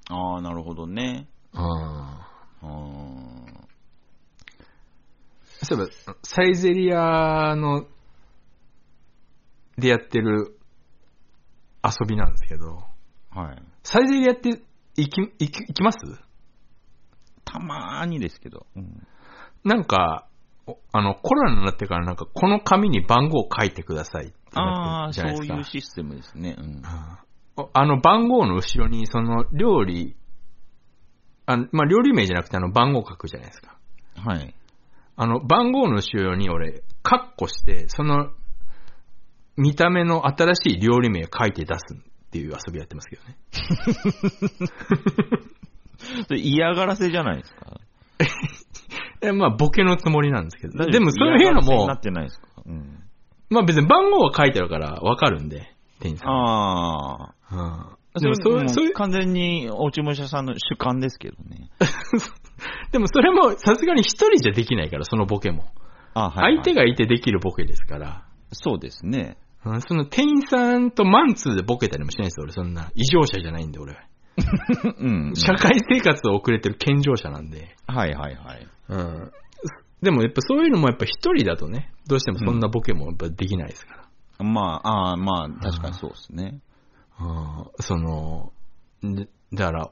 ああ、なるほどね。
うん。
うーん。
そういえば、サイゼリアの、でやってる遊びなんですけど、
はい。
サイゼリアって行き、行き、行きます
たまーにですけど。うん、
なんか、おあの、コロナになってからなんか、この紙に番号を書いてくださいって
あ
な
あ、
って
そ
るじゃないうですか。
いうシステムですね。うん。
うんおあの、番号の後ろに、その、料理、あのまあ、料理名じゃなくて、あの、番号書くじゃないですか。
はい。
あの、番号の後ろに俺、カッコして、その、見た目の新しい料理名書いて出すっていう遊びやってますけどね。
それ嫌がらせじゃないですか。
え、まあ、ボケのつもりなんですけど。でも、そういうの
嫌がらせに
も
な、ってないですか。うん。
まあ別に番号は書いてあるからわかるんで、店員さん。
ああ。
うん
そ
で
れ
もそう
もう
そういう、
完全にお注文者さんの主観ですけどね。
でもそれもさすがに一人じゃできないから、そのボケも。
あはい、
相手がいてできるボケですから。
そうですね。
うんその店員さんとマンツーでボケたりもしないですよ、俺。そんな異常者じゃないんで、俺。
うん。
社会生活を遅れてる健常者なんで。
はいはいはい。
うん。でもやっぱそういうのもやっぱ一人だとね、どうしてもそんなボケもやっぱできないですから。
まあ、ああ、まあ、確かにそうですね。
うん、その、でだから、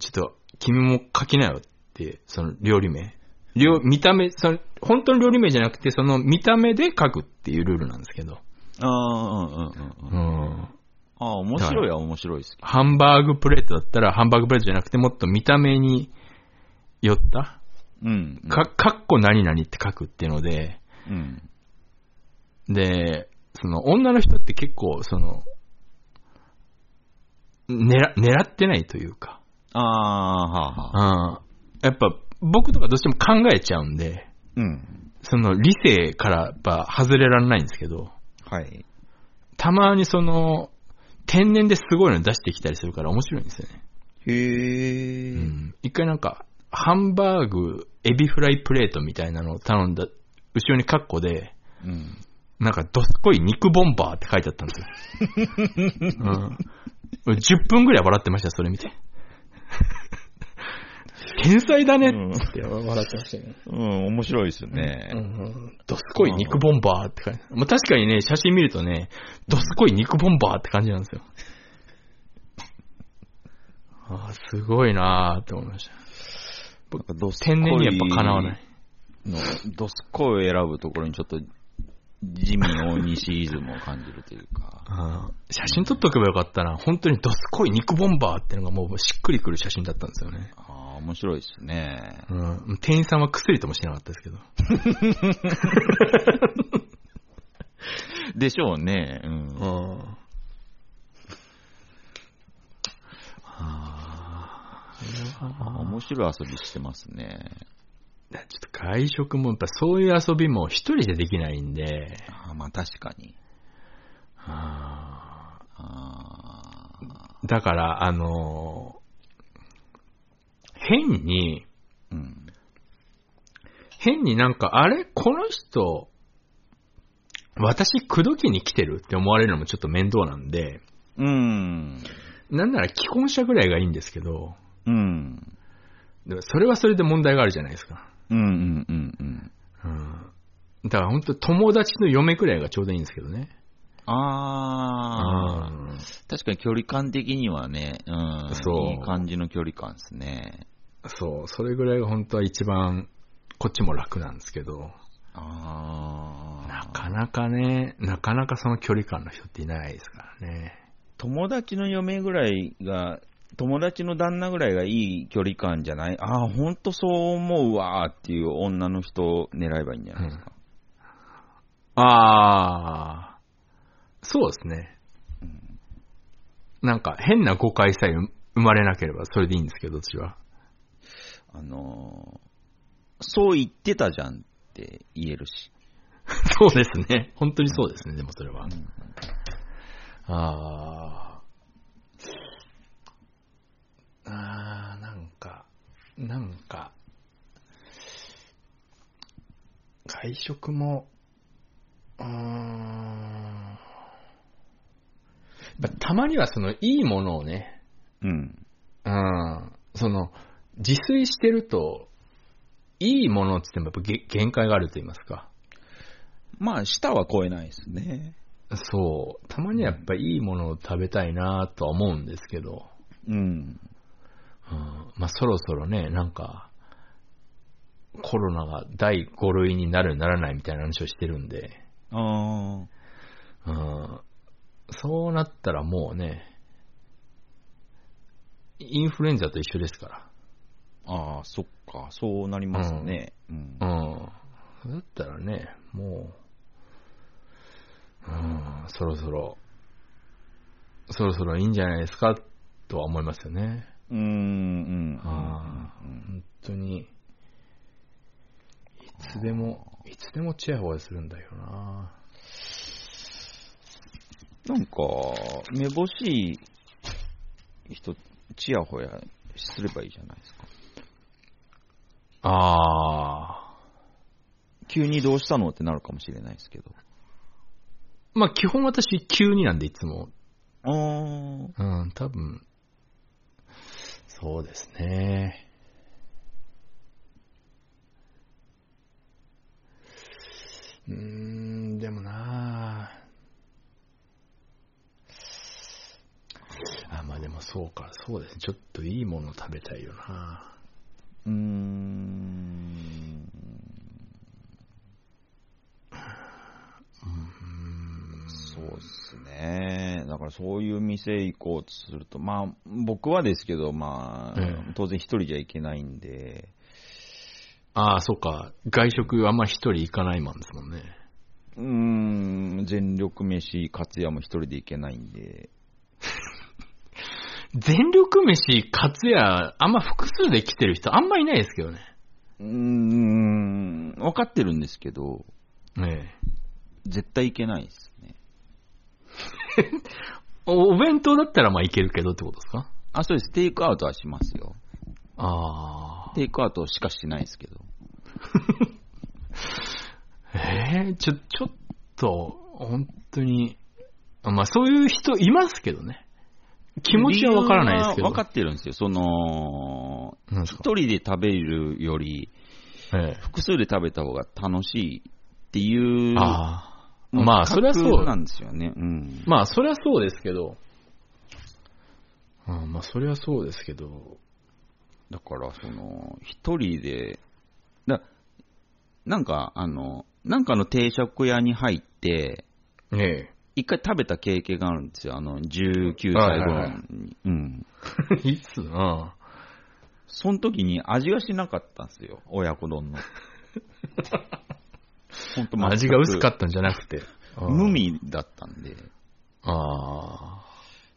ちょっと、君も書きなよって、その料理名。料見た目、その、本当の料理名じゃなくて、その見た目で書くっていうルールなんですけど。
ああ、うんうんうんうん。
う
あ
ん。
あ、面白いは面白いですけど。
ハンバーグプレートだったら、ハンバーグプレートじゃなくて、もっと見た目に寄った、
うん。うん
か、かっこ何々って書くっていうので、
うん。
で、その、女の人って結構、その、狙、狙ってないというか、
ああ、はあはあ。
あーやっぱ僕とかどうしても考えちゃうんで、
うん。
その理性からやっぱ外れられないんですけど、
はい。
たまにその、天然ですごいの出してきたりするから面白いんですよね。
へえ。
うん。一回なんか、ハンバーグ、エビフライプレートみたいなのを頼んだ、後ろにカッコで、
うん。
なんかどすこい肉ボンバーって書いてあったんですよ。うん。俺10分ぐらい笑ってました、それ 見て。天才だねっつって笑ってましたね。
うん、面白いですよね。
どすこい肉ボンバーって感じ。まあ、確かにね、写真見るとね、どすこい肉ボンバーって感じなんですよ。ああ、すごいなーって思いました。
なんかどすこい
天然にやっぱかなわない。。
の、どすこいを選ぶところにちょっと、自民大西イズムを感じるというか。
ああ写真撮っとけばよかったな。本当にどすこい肉ボンバーってのがもうしっくりくる写真だったんですよね。
ああ、面白いですね。
うん。店員さんは薬ともしなかったですけど。
でしょうね。うん。
うん。あ
あ
あ
面白い遊びしてますね。
ちょっと外食もやっぱそういう遊びも一人じゃできないんで、
ああまあ確かに。
あ
ああ。
ーだから、あのー変に、
うん。
変になんか、あれこの人、私、口説きに来てるって思われるのもちょっと面倒なんで、
うん。
なんなら既婚者ぐらいがいいんですけど、
うん。
でもそれはそれで問題があるじゃないですか。
うんうんうんうん。
うん。だから本当友達の嫁くらいがちょうどいいんですけどね。
ああ、
うん
確かに距離感的にはね、うん、
そう
いい感じの距離感ですね。
そう、それぐらいが本当は一番、こっちも楽なんですけど、
あ
な
あ、
かなかね、なかなかその距離感の人っていないですからね。
友達の嫁ぐらいが、友達の旦那ぐらいがいい距離感じゃないああ、ほんとそう思うわーっていう女の人を狙えばいいんじゃないですか。
あー、そうですね。なんか変な誤解さえ生まれなければそれでいいんですけど、私は。
あのーそう言ってたじゃんって言えるし。
そうですね。本当にそうですね、でもそれは。あー。あー、なんか、なんか、外食も、うーん。まあたまにはその、いいものをね、
うん。
うん、その、自炊してると、いいものって言ってもやっぱ限界があると言いますか。
まあ、舌は超えないですね。
そう。たまにはやっぱいいものを食べたいなとは思うんですけど、
うん。
うん、まあそろそろね、なんか、コロナが第5類になるならないみたいな話をしてるんで、
ああ。
うん、そうなったらもうね、インフルエンザと一緒ですか
ああ、そっか、そうなりますね。うん
ら。うん。だったらね、もう、うん、そろそろ、そろそろいいんじゃないですかとは思いますよね。
うん、うん。
あ
うんうん
本当に、いつでも、いつでもチヤホヤするんだよな
なんか、めぼしい人、ちやほやすればいいじゃないですか。
ああ。
急にどうしたのってなるかもしれないですけど。
まあ、基本私、急になんで、いつも。
あー
うん、多分。そうですね。うーん、でもなあ、まあでもそうか、そうですね。ちょっといいもの食べたいよな
うーん。そうですね。だからそういう店行こうとすると、まあ僕はですけど、まあ、
ええ
当然一人じゃ行けないんで、
ああ、そっか。外食あんま一人行かないマンですもんね。
うーん、全力飯、勝也も一人で行けないんで、
全力飯、カツヤ、あんま複数で来てる人あんまいないですけどね。
うーん、分かってるんですけど、
ええ。
絶対行けないですね。
おお弁当だったらまあいけるけどってことですか
あ、そうです。テイクアウトはしますよ。
ああ。
テイクアウトしかしないですけど。
ええちょ、ちょっと、本当に。まあそういう人いますけどね。気持ちはわからないですけど。
分かってるんですよ。その、
なんです
一
か
人で食べるより、
ええ。
複数で食べた方が楽しいっていう、
ああ。
もう
まあそれはそ
感覚
う
な。んですよね。うん。
まあそれはそうですけど。うん、まあそれはそうですけど。
だから、その、一人で、だなんか、あの、なんかの定食屋に入って、
え え。
一回食べた経験があるんですよ。あの、19歳
はい
頃に。
はいはい
うん。
いつな
その時に味がしなかったんです よ、親子丼の。本当
味が薄か
っ
ったんじゃなくて。
無。味だったんで、
ああ。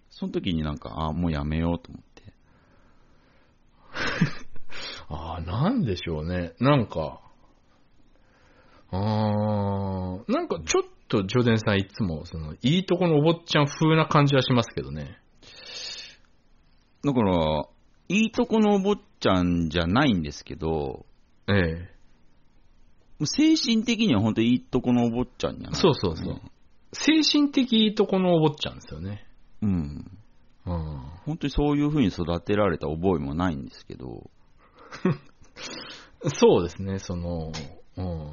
その時になんか、あもうやめようと思って。
ああ、なんでしょうね。なんか。ああ、なんかちょっと、ジョデンさんいつも、その、いいとこのお坊ちゃん風な感じはしますけどね。
だから、いいとこのお坊ちゃんじゃないんですけど、
ええ。
精神的には本当いいとこのお坊ちゃんやな。
そうそうそう。精神的とこのお坊ちゃんですよね。
うん。
うん。
本当にそういう風に育てられた覚えもないんですけど、
そうですね、その、うん。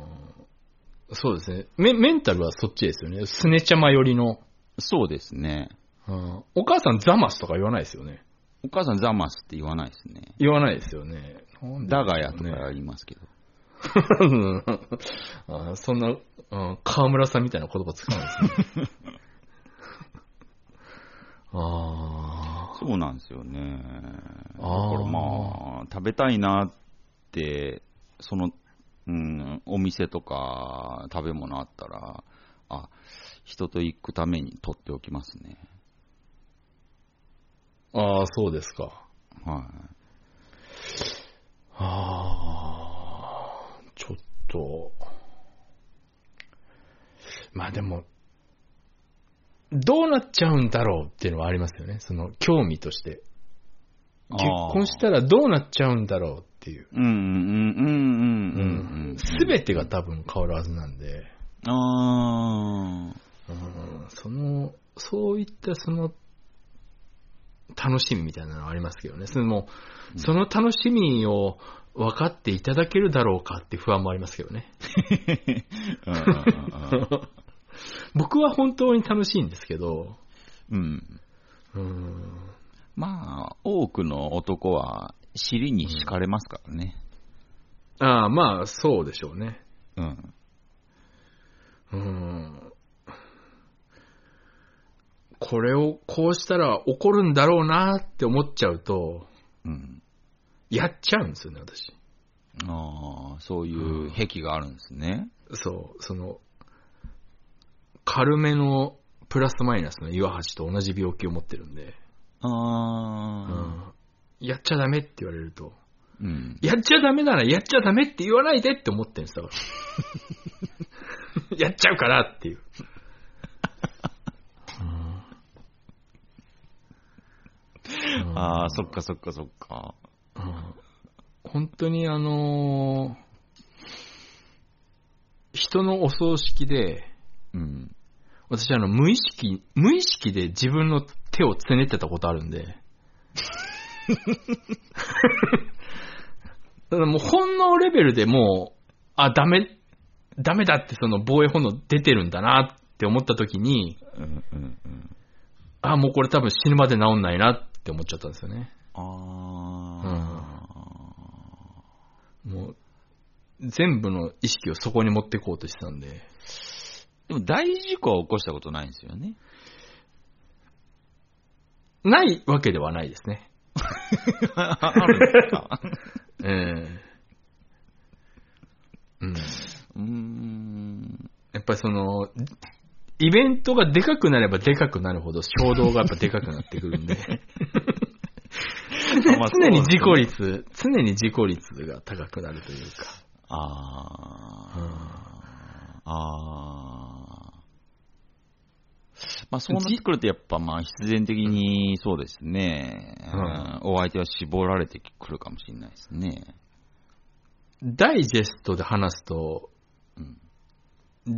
そうですね。メメンタルはそっちですよね。スネちゃま寄りの。
そうですね。
うん。お母さんザマスとか言わないですよね。
お母さんザマスって言わないですね。
言わないですよね。なんで
ダガヤとか言いますけど。
うんあそんな、うん、河村さんみたいな言葉使うんですね。 あ
そうなんですよね。だか
あー
らまあ、食べたいなって、その、うん、お店とか食べ物あったら、あ、人と行くために取っておきますね。
あ、ああ、そうですか。
はい。
ああ、ちょっと。まあでも、どうなっちゃうんだろうっていうのはありますよね。その興味として。結婚したらどうなっちゃうんだろうっていう。
うんうんうんうんうんうん。
すべてが多分変わるはずなんで。
あ
うんその、そういったその、楽しみみたいなのはありますけどね。そのもう その楽しみを分かっていただけるだろうかって不安もありますけど ね。
あ。
僕は本当に楽しいんですけど、
うん。
うん、
まあ、多くの男は尻に敷かれますからね。
ああ、まあ、そうでしょうね。
うん。
うん、これをこうしたら怒るんだろうなって思っちゃうと、
うん。
やっちゃうんですよね、私。
ああ、そういう癖があるんですね。
そう、その、軽めのプラスマイナスの岩橋と同じ病気を持ってるんで、う
ああ。
ん、やっちゃダメって言われると、
うん。
やっちゃダメならやっちゃダメって言わないでって思ってるんですよ。 やっちゃうからっていう。うん
ああ、そっかそっかそっか。
うん本当にあのー人のお葬式で、
うん。
私あの、無意識、無意識で自分の手をつねってたことあるんで。 ただもう本能レベルでもう、あ、ダメ、ダメだってその防衛本能出てるんだなって思った時に、
うんうんうん。
あ、もうこれ多分死ぬまで治んないなって思っちゃったんですよね。
あ
もう、全部の意識をそこに持ってこうとしてたんで。
あ。でも大事故は起こしたことないんですよね。
ないわけではないですね。
あるんですか。
ええうん。
うー ん。
やっぱりその、イベントがでかくなればでかくなるほど衝動がやっぱでかくなってくるんで、
まあ
常に自己率、常に自己率が高くなるというか。
ああ、ああ。まあ、そうなってくると、やっぱまあ必然的にそうですね、
うん
うんお相手は絞られてくるかもしれないですね。
ダイジェストで話すと、
うん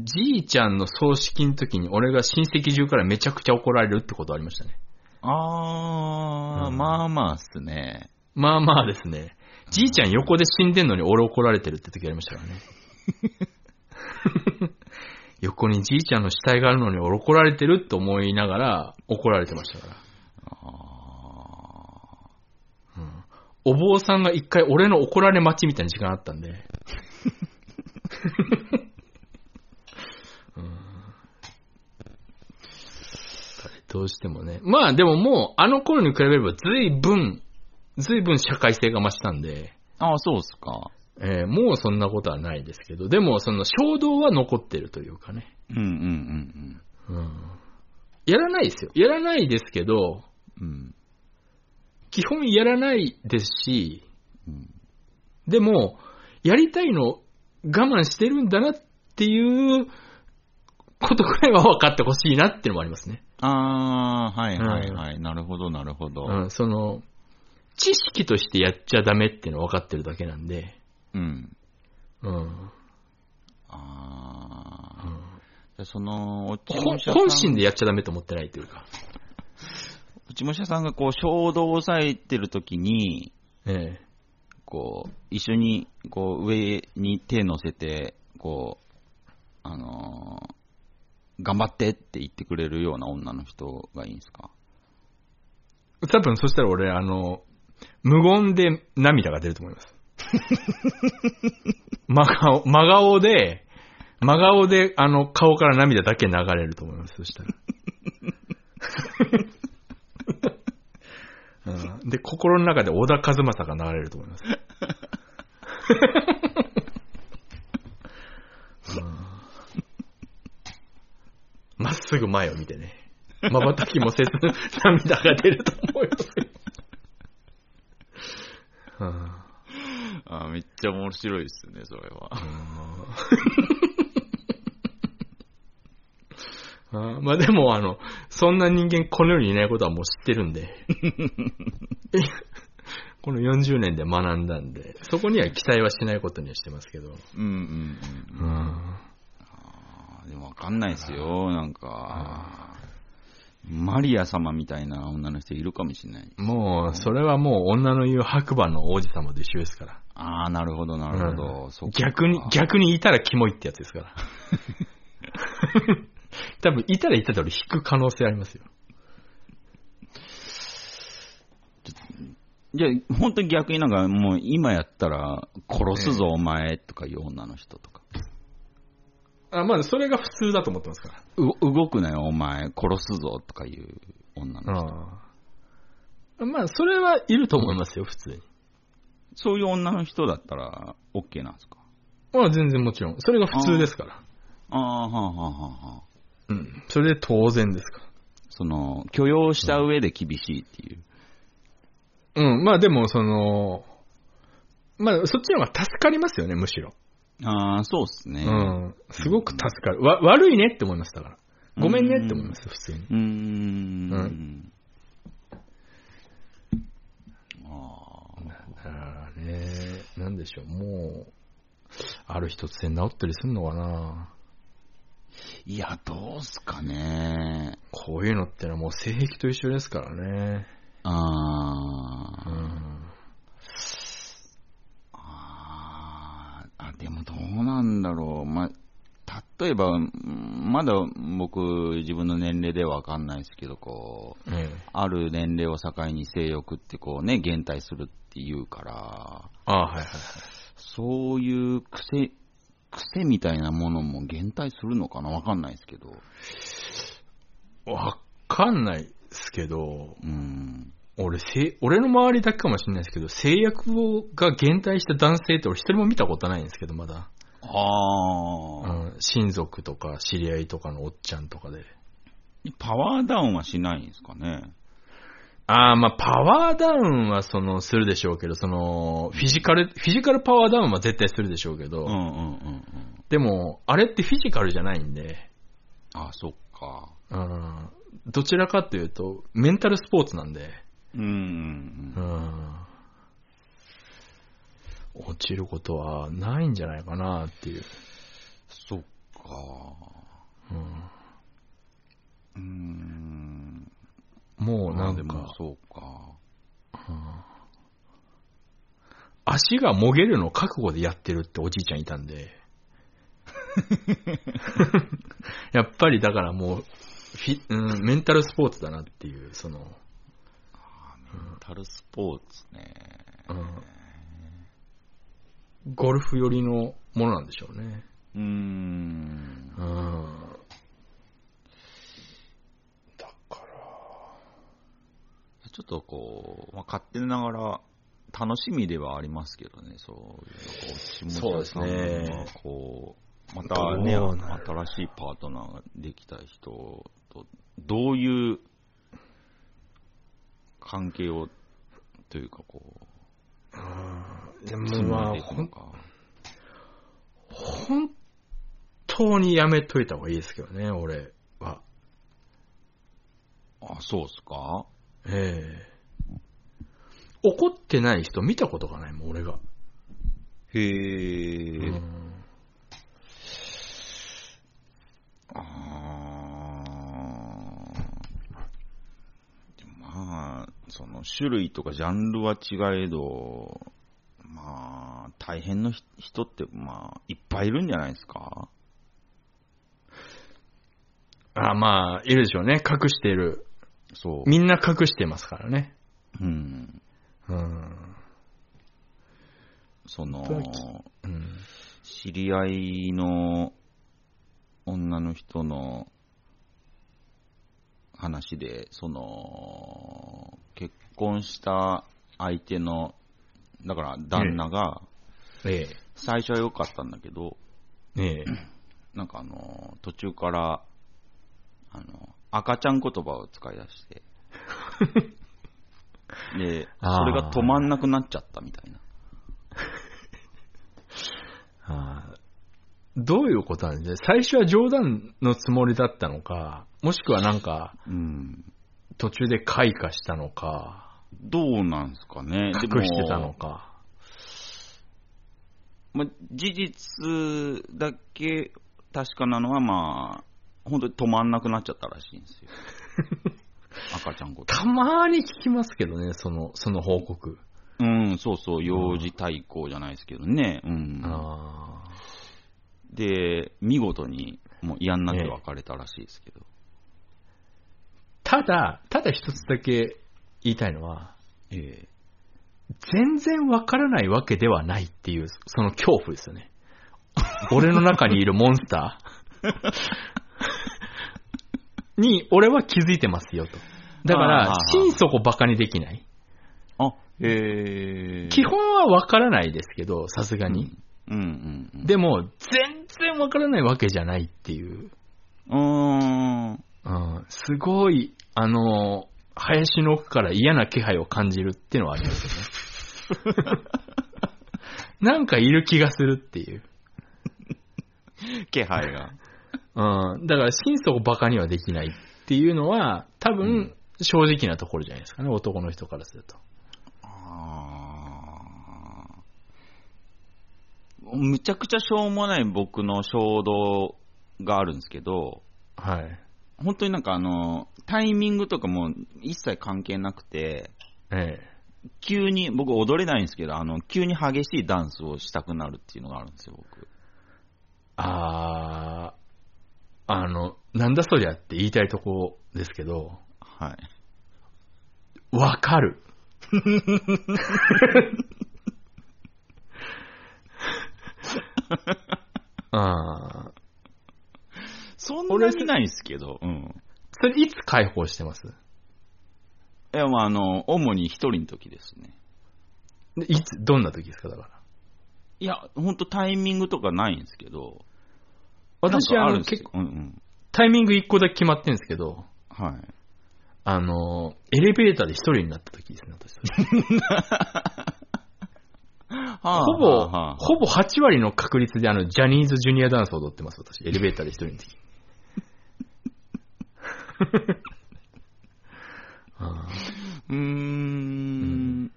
じいちゃんの葬式の時に俺が親戚中からめちゃくちゃ怒られるってことありましたね。
ああ、
うん
まあまあっすね。
まあまあですね。じいちゃん横で死んでんのに俺怒られてるって時ありましたからね。横にじいちゃんの死体があるのに俺怒られてると思いながら怒られてましたから。
あ
うんお坊さんが一回俺の怒られ待ちみたいな時間あったんで。うんどうしてもね。まあでももうあの頃に比べれば随分、随分社会性が増したんで、
あー、そうっすか。
えーもうそんなことはないですけど、でもその衝動は残ってるというかね。
うんうんうん
うんやらないですよ。やらないですけど、
うん。うん
基本やらないですし、
うん、
でも、やりたいの我慢してるんだなっていうことくらいは分かってほしいなっていうのもありますね。
ああ、はいはいはい。なるほどなるほど。
うん、その、知識としてやっちゃダメっていうのは分かってるだけなんで、
うん。
うん。
あ
う
ー
ん
じゃあその、落ち
こ
武者
本
さん
心でやっちゃダメと思ってないというか。
落ち武者さんがこう、衝動を抑えてるときに、
ええ。
こう、一緒に、こう、上に手乗せて、こう、あのー頑張ってって言ってくれるような女の人がいいんですか
多分そしたら俺、あの、無言で涙が出ると思います。真顔、真顔で、真顔で、あの、顔から涙だけ流れると思います、そしたら。うんで、心の中で小田和正が流れると思います。ま、っすぐ前を見てね。 瞬きもせず涙が出ると思いますよ。 うん
あめっちゃ面白いですね、それは。
あーまあでも、あの、そんな人間この世にいないことはもう知ってるんで。 この40年で学んだんで、そこには期待はしないことにはしてますけど。
うんうんう
う
ん。
ん。
あーでもわかんないですよ、なんか。マリア様みたいな女の人いるかもしれない。
もう、それはもう女の言う白馬の王子様と一緒ですから。
ああ、なるほど、なるほど。
うん
そっか
逆に、逆にいたらキモいってやつです から。多分、いたらいたで俺引く可能性ありますよ。
じゃあ、本当に逆になんか、もう今やったら、殺すぞ、お前とかいう女の人とか。
あまあ、それが普通だと思ってますから。
う動くなよ、お前、殺すぞとかいう女の人。
うん。まあ、それはいると思いますよ、普通に。
そういう女の人だったら、OK なんですか
まあ、全然もちろん。それが普通ですから。
ああ、はあ、はあ、はあ。
うん。それで当然ですか
その、許容した上で厳しいっていう。
ら。うん。まあ、でも、その、まあ、そっちの方が助かりますよね、むしろ。
ああ、そうっすね。
う。ん。すごく助かる。わ、悪いねって思います、だから。ごめんねって思います、普通に。
うー
う
ん。、
ん
あ
あーね、なんでしょう、もう、ある日突然治ったりすんのかな
ーいや、どうっすかね。
こういうのってのはもう性癖と一緒ですからね。
あ
う
ー
ん。
あーあ、でもどうなんだろう。まあ、例えば、うんまだ僕、自分の年齢ではわかんないですけど、こう、
ええ。
ある年齢を境に性欲ってこうね、減退するっていうから、
ああ、はいはい。
そういう癖、癖みたいなものも減退するのかなわかんないですけど。
わかんないっすけど、
うん。
俺、せ俺の周りだけかもしれないですけど、制約をが減退した男性って俺一人も見たことないんですけど、まだ。う
ああ、
ん、親族とか知り合いとかのおっちゃんとかで。
パワーダウンはしないんですかね。
ああ、まあ、パワーダウンはその、するでしょうけど、その、フィジカル、フィジカルパワーダウンは絶対するでしょうけど、
うんうんうんうん。
でも、あれってフィジカルじゃないんで、
あ、そっか。
うん、どちらかというと、メンタルスポーツなんで、
うんうん
う
うん。
ん、落ちることはないんじゃないかなっていう。
そっか。
うん
うーん。
もうな
で
ん
も
か、
そうか。
足がもげるのを覚悟でやってるっておじいちゃんいたんで。 やっぱりだからもう、フィうん、メンタルスポーツだなっていう、その、
メンタルスポーツね。
うん、ゴルフ寄りのものなんでしょうね。
うーん。
うん。だから、
ちょっとこう、まあ、勝手ながら、楽しみではありますけどね、そういう。
そうですね。
こう、またね、
どうなる
新しいパートナーができた人と、どういう関係を、というかこう、
で
積
も
ん
ま
で
あ、
いく
ほ
の
ん
か。
本当にやめといた方がいいですけどね、俺は。
あ、そうっすか
ええ怒ってない人見たことがないもん、俺が。
へえ。
うん
その種類とかジャンルは違えど、まあ、大変のひ人って、まあ、いっぱいいるんじゃないですか
あまあ、いるでしょうね。隠している。
そう。
みんな隠してますからね。
うん。
うん。
そ
本当
の、
うん、
知り合いの女の人の話で、その、結婚した相手の、だから旦那が、
え
最初は良かったんだけど、
え。ええ。
なんかあの、途中から、あの、赤ちゃん言葉を使い 出して、で、
あー
それが止まんなくなっちゃったみたいな。
あーどういうことなんで、ね、最初は冗談のつもりだったのか、もしくはなんか、
うん。
途中で開花したのか、
どうなんすかね。でも
隠してたのか。
まあ、事実だけ確かなのは、まあ、本当に止まんなくなっちゃったらしいんですよ。赤ちゃんこと。
たまに聞きますけどね、その、その報告。
うん、そうそう、幼児対抗じゃないですけどね。うん、
ああ。
で、見事にもう嫌になって別れたらしいですけど。
ただ、ただ一つだけ言いたいのは、
ええ
全然わからないわけではないっていう、その恐怖ですよ ね。俺の中にいるモンスタ ーに、俺は気づいてますよと。だか
あーはー
ら
は、ー
心底バカにできない。
あ、ええ
基本はわからないですけど、さすがに。
うんうんうん。
でも、全然わからないわけじゃないっていう。
うーん。
うんすごい、あの、林の奥から嫌な気配を感じるっていうのはありますよね。 なんかいる気がするっていう。
気配が。
うん、だから心底バカにはできないっていうのは、多分、正直なところじゃないですかね、男の人からすると。
あーむちゃくちゃしょうもない僕の衝動があるんですけど、
はい。
本当になんかあの、タイミングとかも一切関係なくて、
え
急に、僕踊れないんですけど、あの、急に激しいダンスをしたくなるっていうのがあるんですよ、僕。
あー、あの、なんだそりゃって言いたいとこですけど、
はい。
わかる。ああ。
そんなにないんですけど、うん。
それいつ解放してます
いや、まああの、主に一人の時ですね。
でいつ、どんな時ですかだから。
いや、本当タイミングとかないんですけど、
私、
なん
あ
かる
の、
んですよ
結構、
うんうん。
タイミング一個だけ決まってるんですけど、
はい。
あの、エレベーターで一人になった時ですね、私。ほぼ、ほぼ8割の確率であの、ジャニーズジュニアダンスを踊ってます、私。エレベーターで一人の 時。あ
うーん
ん。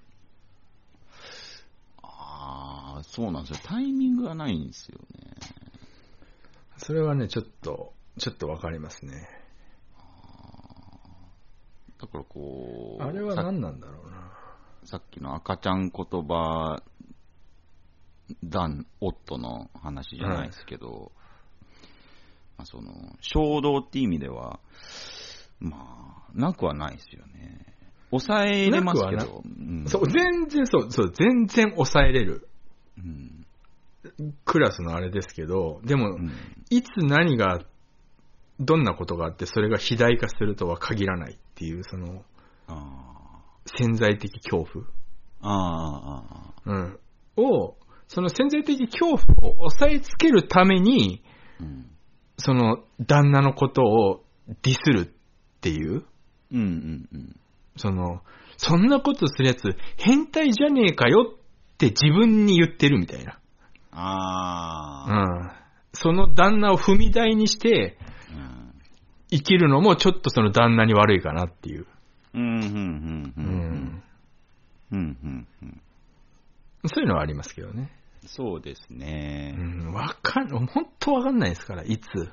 ああ、そうなんですよ。タイミングがないんですよね。
ーそれはね、ちょっと、ちょっとわかりますね。
だからこう、
あれは
さ
何なんだろうな。
さっきの赤ちゃん言葉、ダン、夫の話じゃないですけど、まあ、その、衝動って意味では、まあ、なくはないですよね。抑えれますけ
なく
ど、うん
そう、全然そう、そう、全然抑えれる
うん
クラスのあれですけど、でも、
うん
いつ何が、どんなことがあって、それが肥大化するとは限らないっていう、その、
あ
潜在的恐怖。
ーあー、あー
うん、を、その潜在的恐怖を抑えつけるために、
うん。
その旦那のことをディスるっていう、
うんうんうん。
その、そんなことするやつ変態じゃねえかよって自分に言ってるみたいな。う
ああ、
ん。その旦那を踏み台にして
うん。
生きるのもちょっとその旦那に悪いかなっていう。
うん、う
うん
ん、う
ん。。
うん、うん、うん。
そういうのはありますけどね。
そうです
う
ね。
ん。わかん、本当わかんないですから、いつ。
い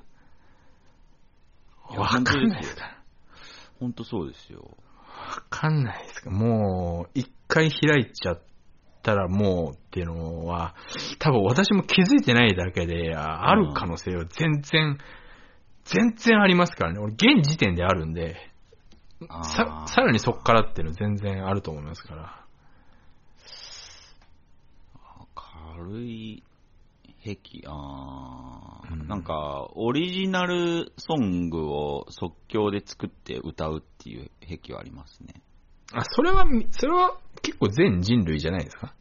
や
わかんないですから。
本当そうですよ。
わかかんないですけど、もう、一回開いちゃったらもうっていうのは、多分私も気づいてないだけで、あある可能性は全然、全然ありますからね。俺、現時点であるんで、さ、さらにそっからっていうのは全然あると思いますから。
軽い壁、あー
うん
なんか、オリジナルソングを即興で作って歌うっていう壁はありますね。
あ、それは、それは結構全人類じゃないですか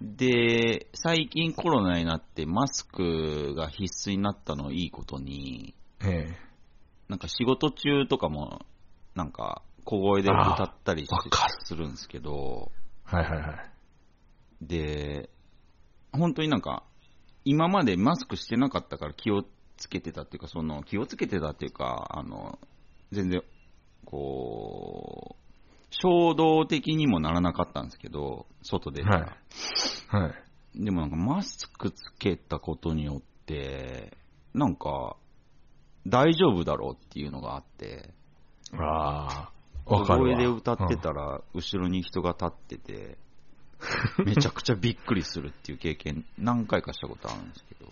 で、最近コロナになってマスクが必須になったのをいいことに、
ええ。
なんか仕事中とかも、なんか、小声で歌ったりし
あーわか
するんですけど、
はいはいはい。
で、本当になんか、今までマスクしてなかったから気をつけてたっていうか、その、気をつけてたっていうか、あの、全然、こう、衝動的にもならなかったんですけど、外で。
はいはい。
でもなんかマスクつけたことによって、なんか、大丈夫だろうっていうのがあって、
ああ、
小
わかるわ。
声で歌ってたら、後ろに人が立って て、めちゃくちゃびっくりするっていう経験、何回かしたことあるんですけど。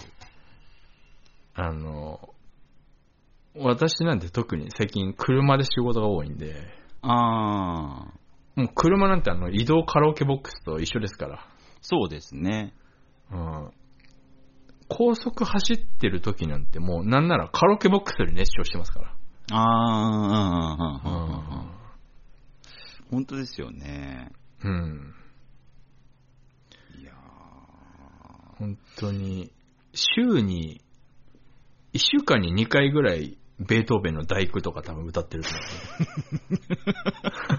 あの、私なんて特に最近車で仕事が多いんで、
あー、
もう車なんてあの移動カラオケボックスと一緒ですから、
そうですね。
うん、高速走ってる時なんてもうなんならカラオケボックスより熱唱してますから。
あー、うんうんうんうんうん
う
本当ですよね。
ん。うん。
いや
本当に、週に、1週間に2回ぐらいベートーベンの大工とか多分歌ってると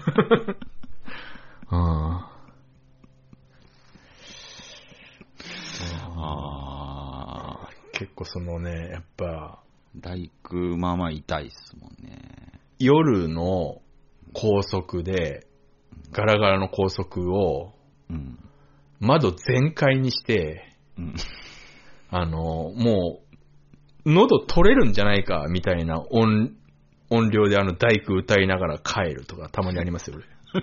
思う。うん
ー、あ
結構そのね、やっぱ、
ー、大工、まあまあ痛いっすもんね。
夜の高速で、ガラガラの高速を
うん。
窓全開にして、
うん
あの、もう、喉取れるんじゃないか、みたいな音、音量であの大工歌いながら帰るとか、たまにありますよ、俺。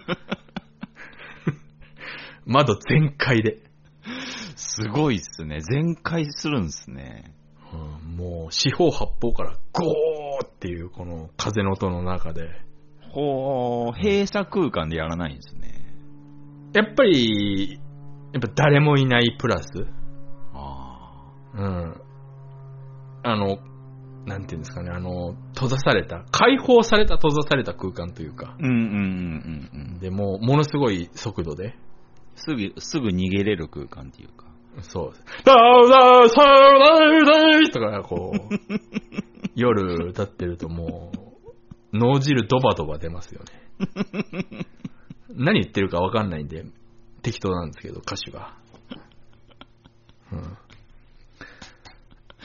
窓全開で。
すごいっすね。全開するんすね。
うんもう、四方八方からゴーっていうこの風の音の中で。
ほう、閉鎖空間でやらないんですね。
やっぱり、やっぱ誰もいないプラス、
あ
うん。あの、なんていうんですかね、あの、閉ざされた、解放された閉ざされた空間というか
あ。、うんうんうんうんうん。
でもう、ものすごい速度で、
すぐ、すぐ逃げれる空間っていうか。
そう。ダウダウサウダウダウとか、こう、夜歌ってるともう、脳汁ドバドバ出ますよね。何言ってるかわかんないんで、適当なんですけど、歌手が。うん。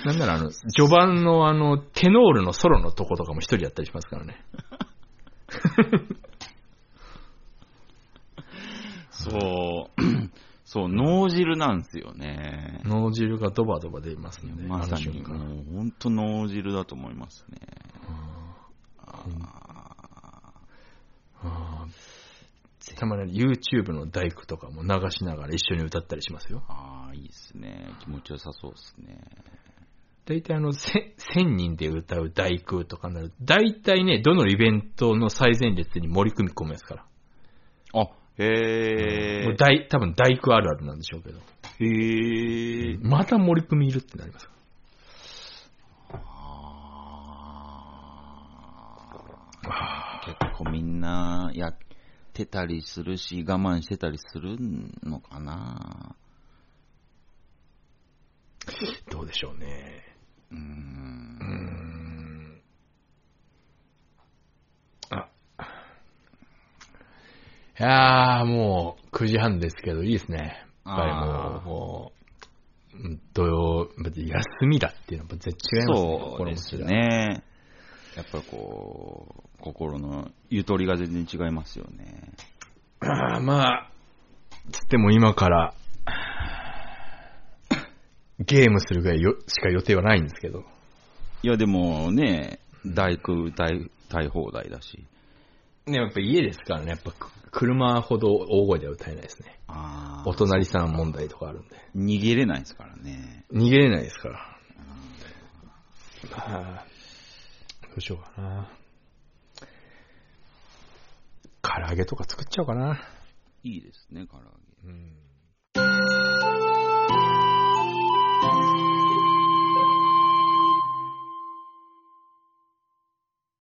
なんならあの、序盤のあの、テノールのソロのとことかも一人やったりしますからね。
そう、 そう、脳汁なんですよね。
脳汁がドバドバ出ますんで、
まさに、
あの瞬間
もう本当脳汁だと思いますね。あ
あーたまに YouTube の大工とかも流しながら一緒に歌ったりしますよ
ー。あー、いいっすね。気持ちよさそうっすね。
大体あの、せ1000人で歌う大工とかになると。大体ね、どのイベントの最前列に盛り組み込むやつから。
あ、へ
も
え
う。大、多分大工あるあるなんでしょうけど。
へえ。
また盛り組みいるってなります。
結構みんなやってたりするし、我慢してたりするのかな
どうでしょうね。
うーん
うーん。あ。いやー、もう9時半ですけど、いいですね。やっぱりも
あ
う、
ー
もううん、土曜、休みだっていうのは全然違いますね。
そうですね。やっぱりこう、心のゆとりが全然違いますよね。
心持ちが。あーまあ、つっても今から、ゲームするぐらいよしか予定はないんですけど。
いや、でもね、大工歌いたい放題だし。
ね、やっぱ家ですからね、やっぱ車ほど大声では歌えないですね。
あ
お
あ。
隣さん問題とかあるんで。
逃げれないですからね。
逃げれないですから。あーどうしようかな。唐揚げとか作っちゃおうかな。
いいですね、唐揚げ。
うん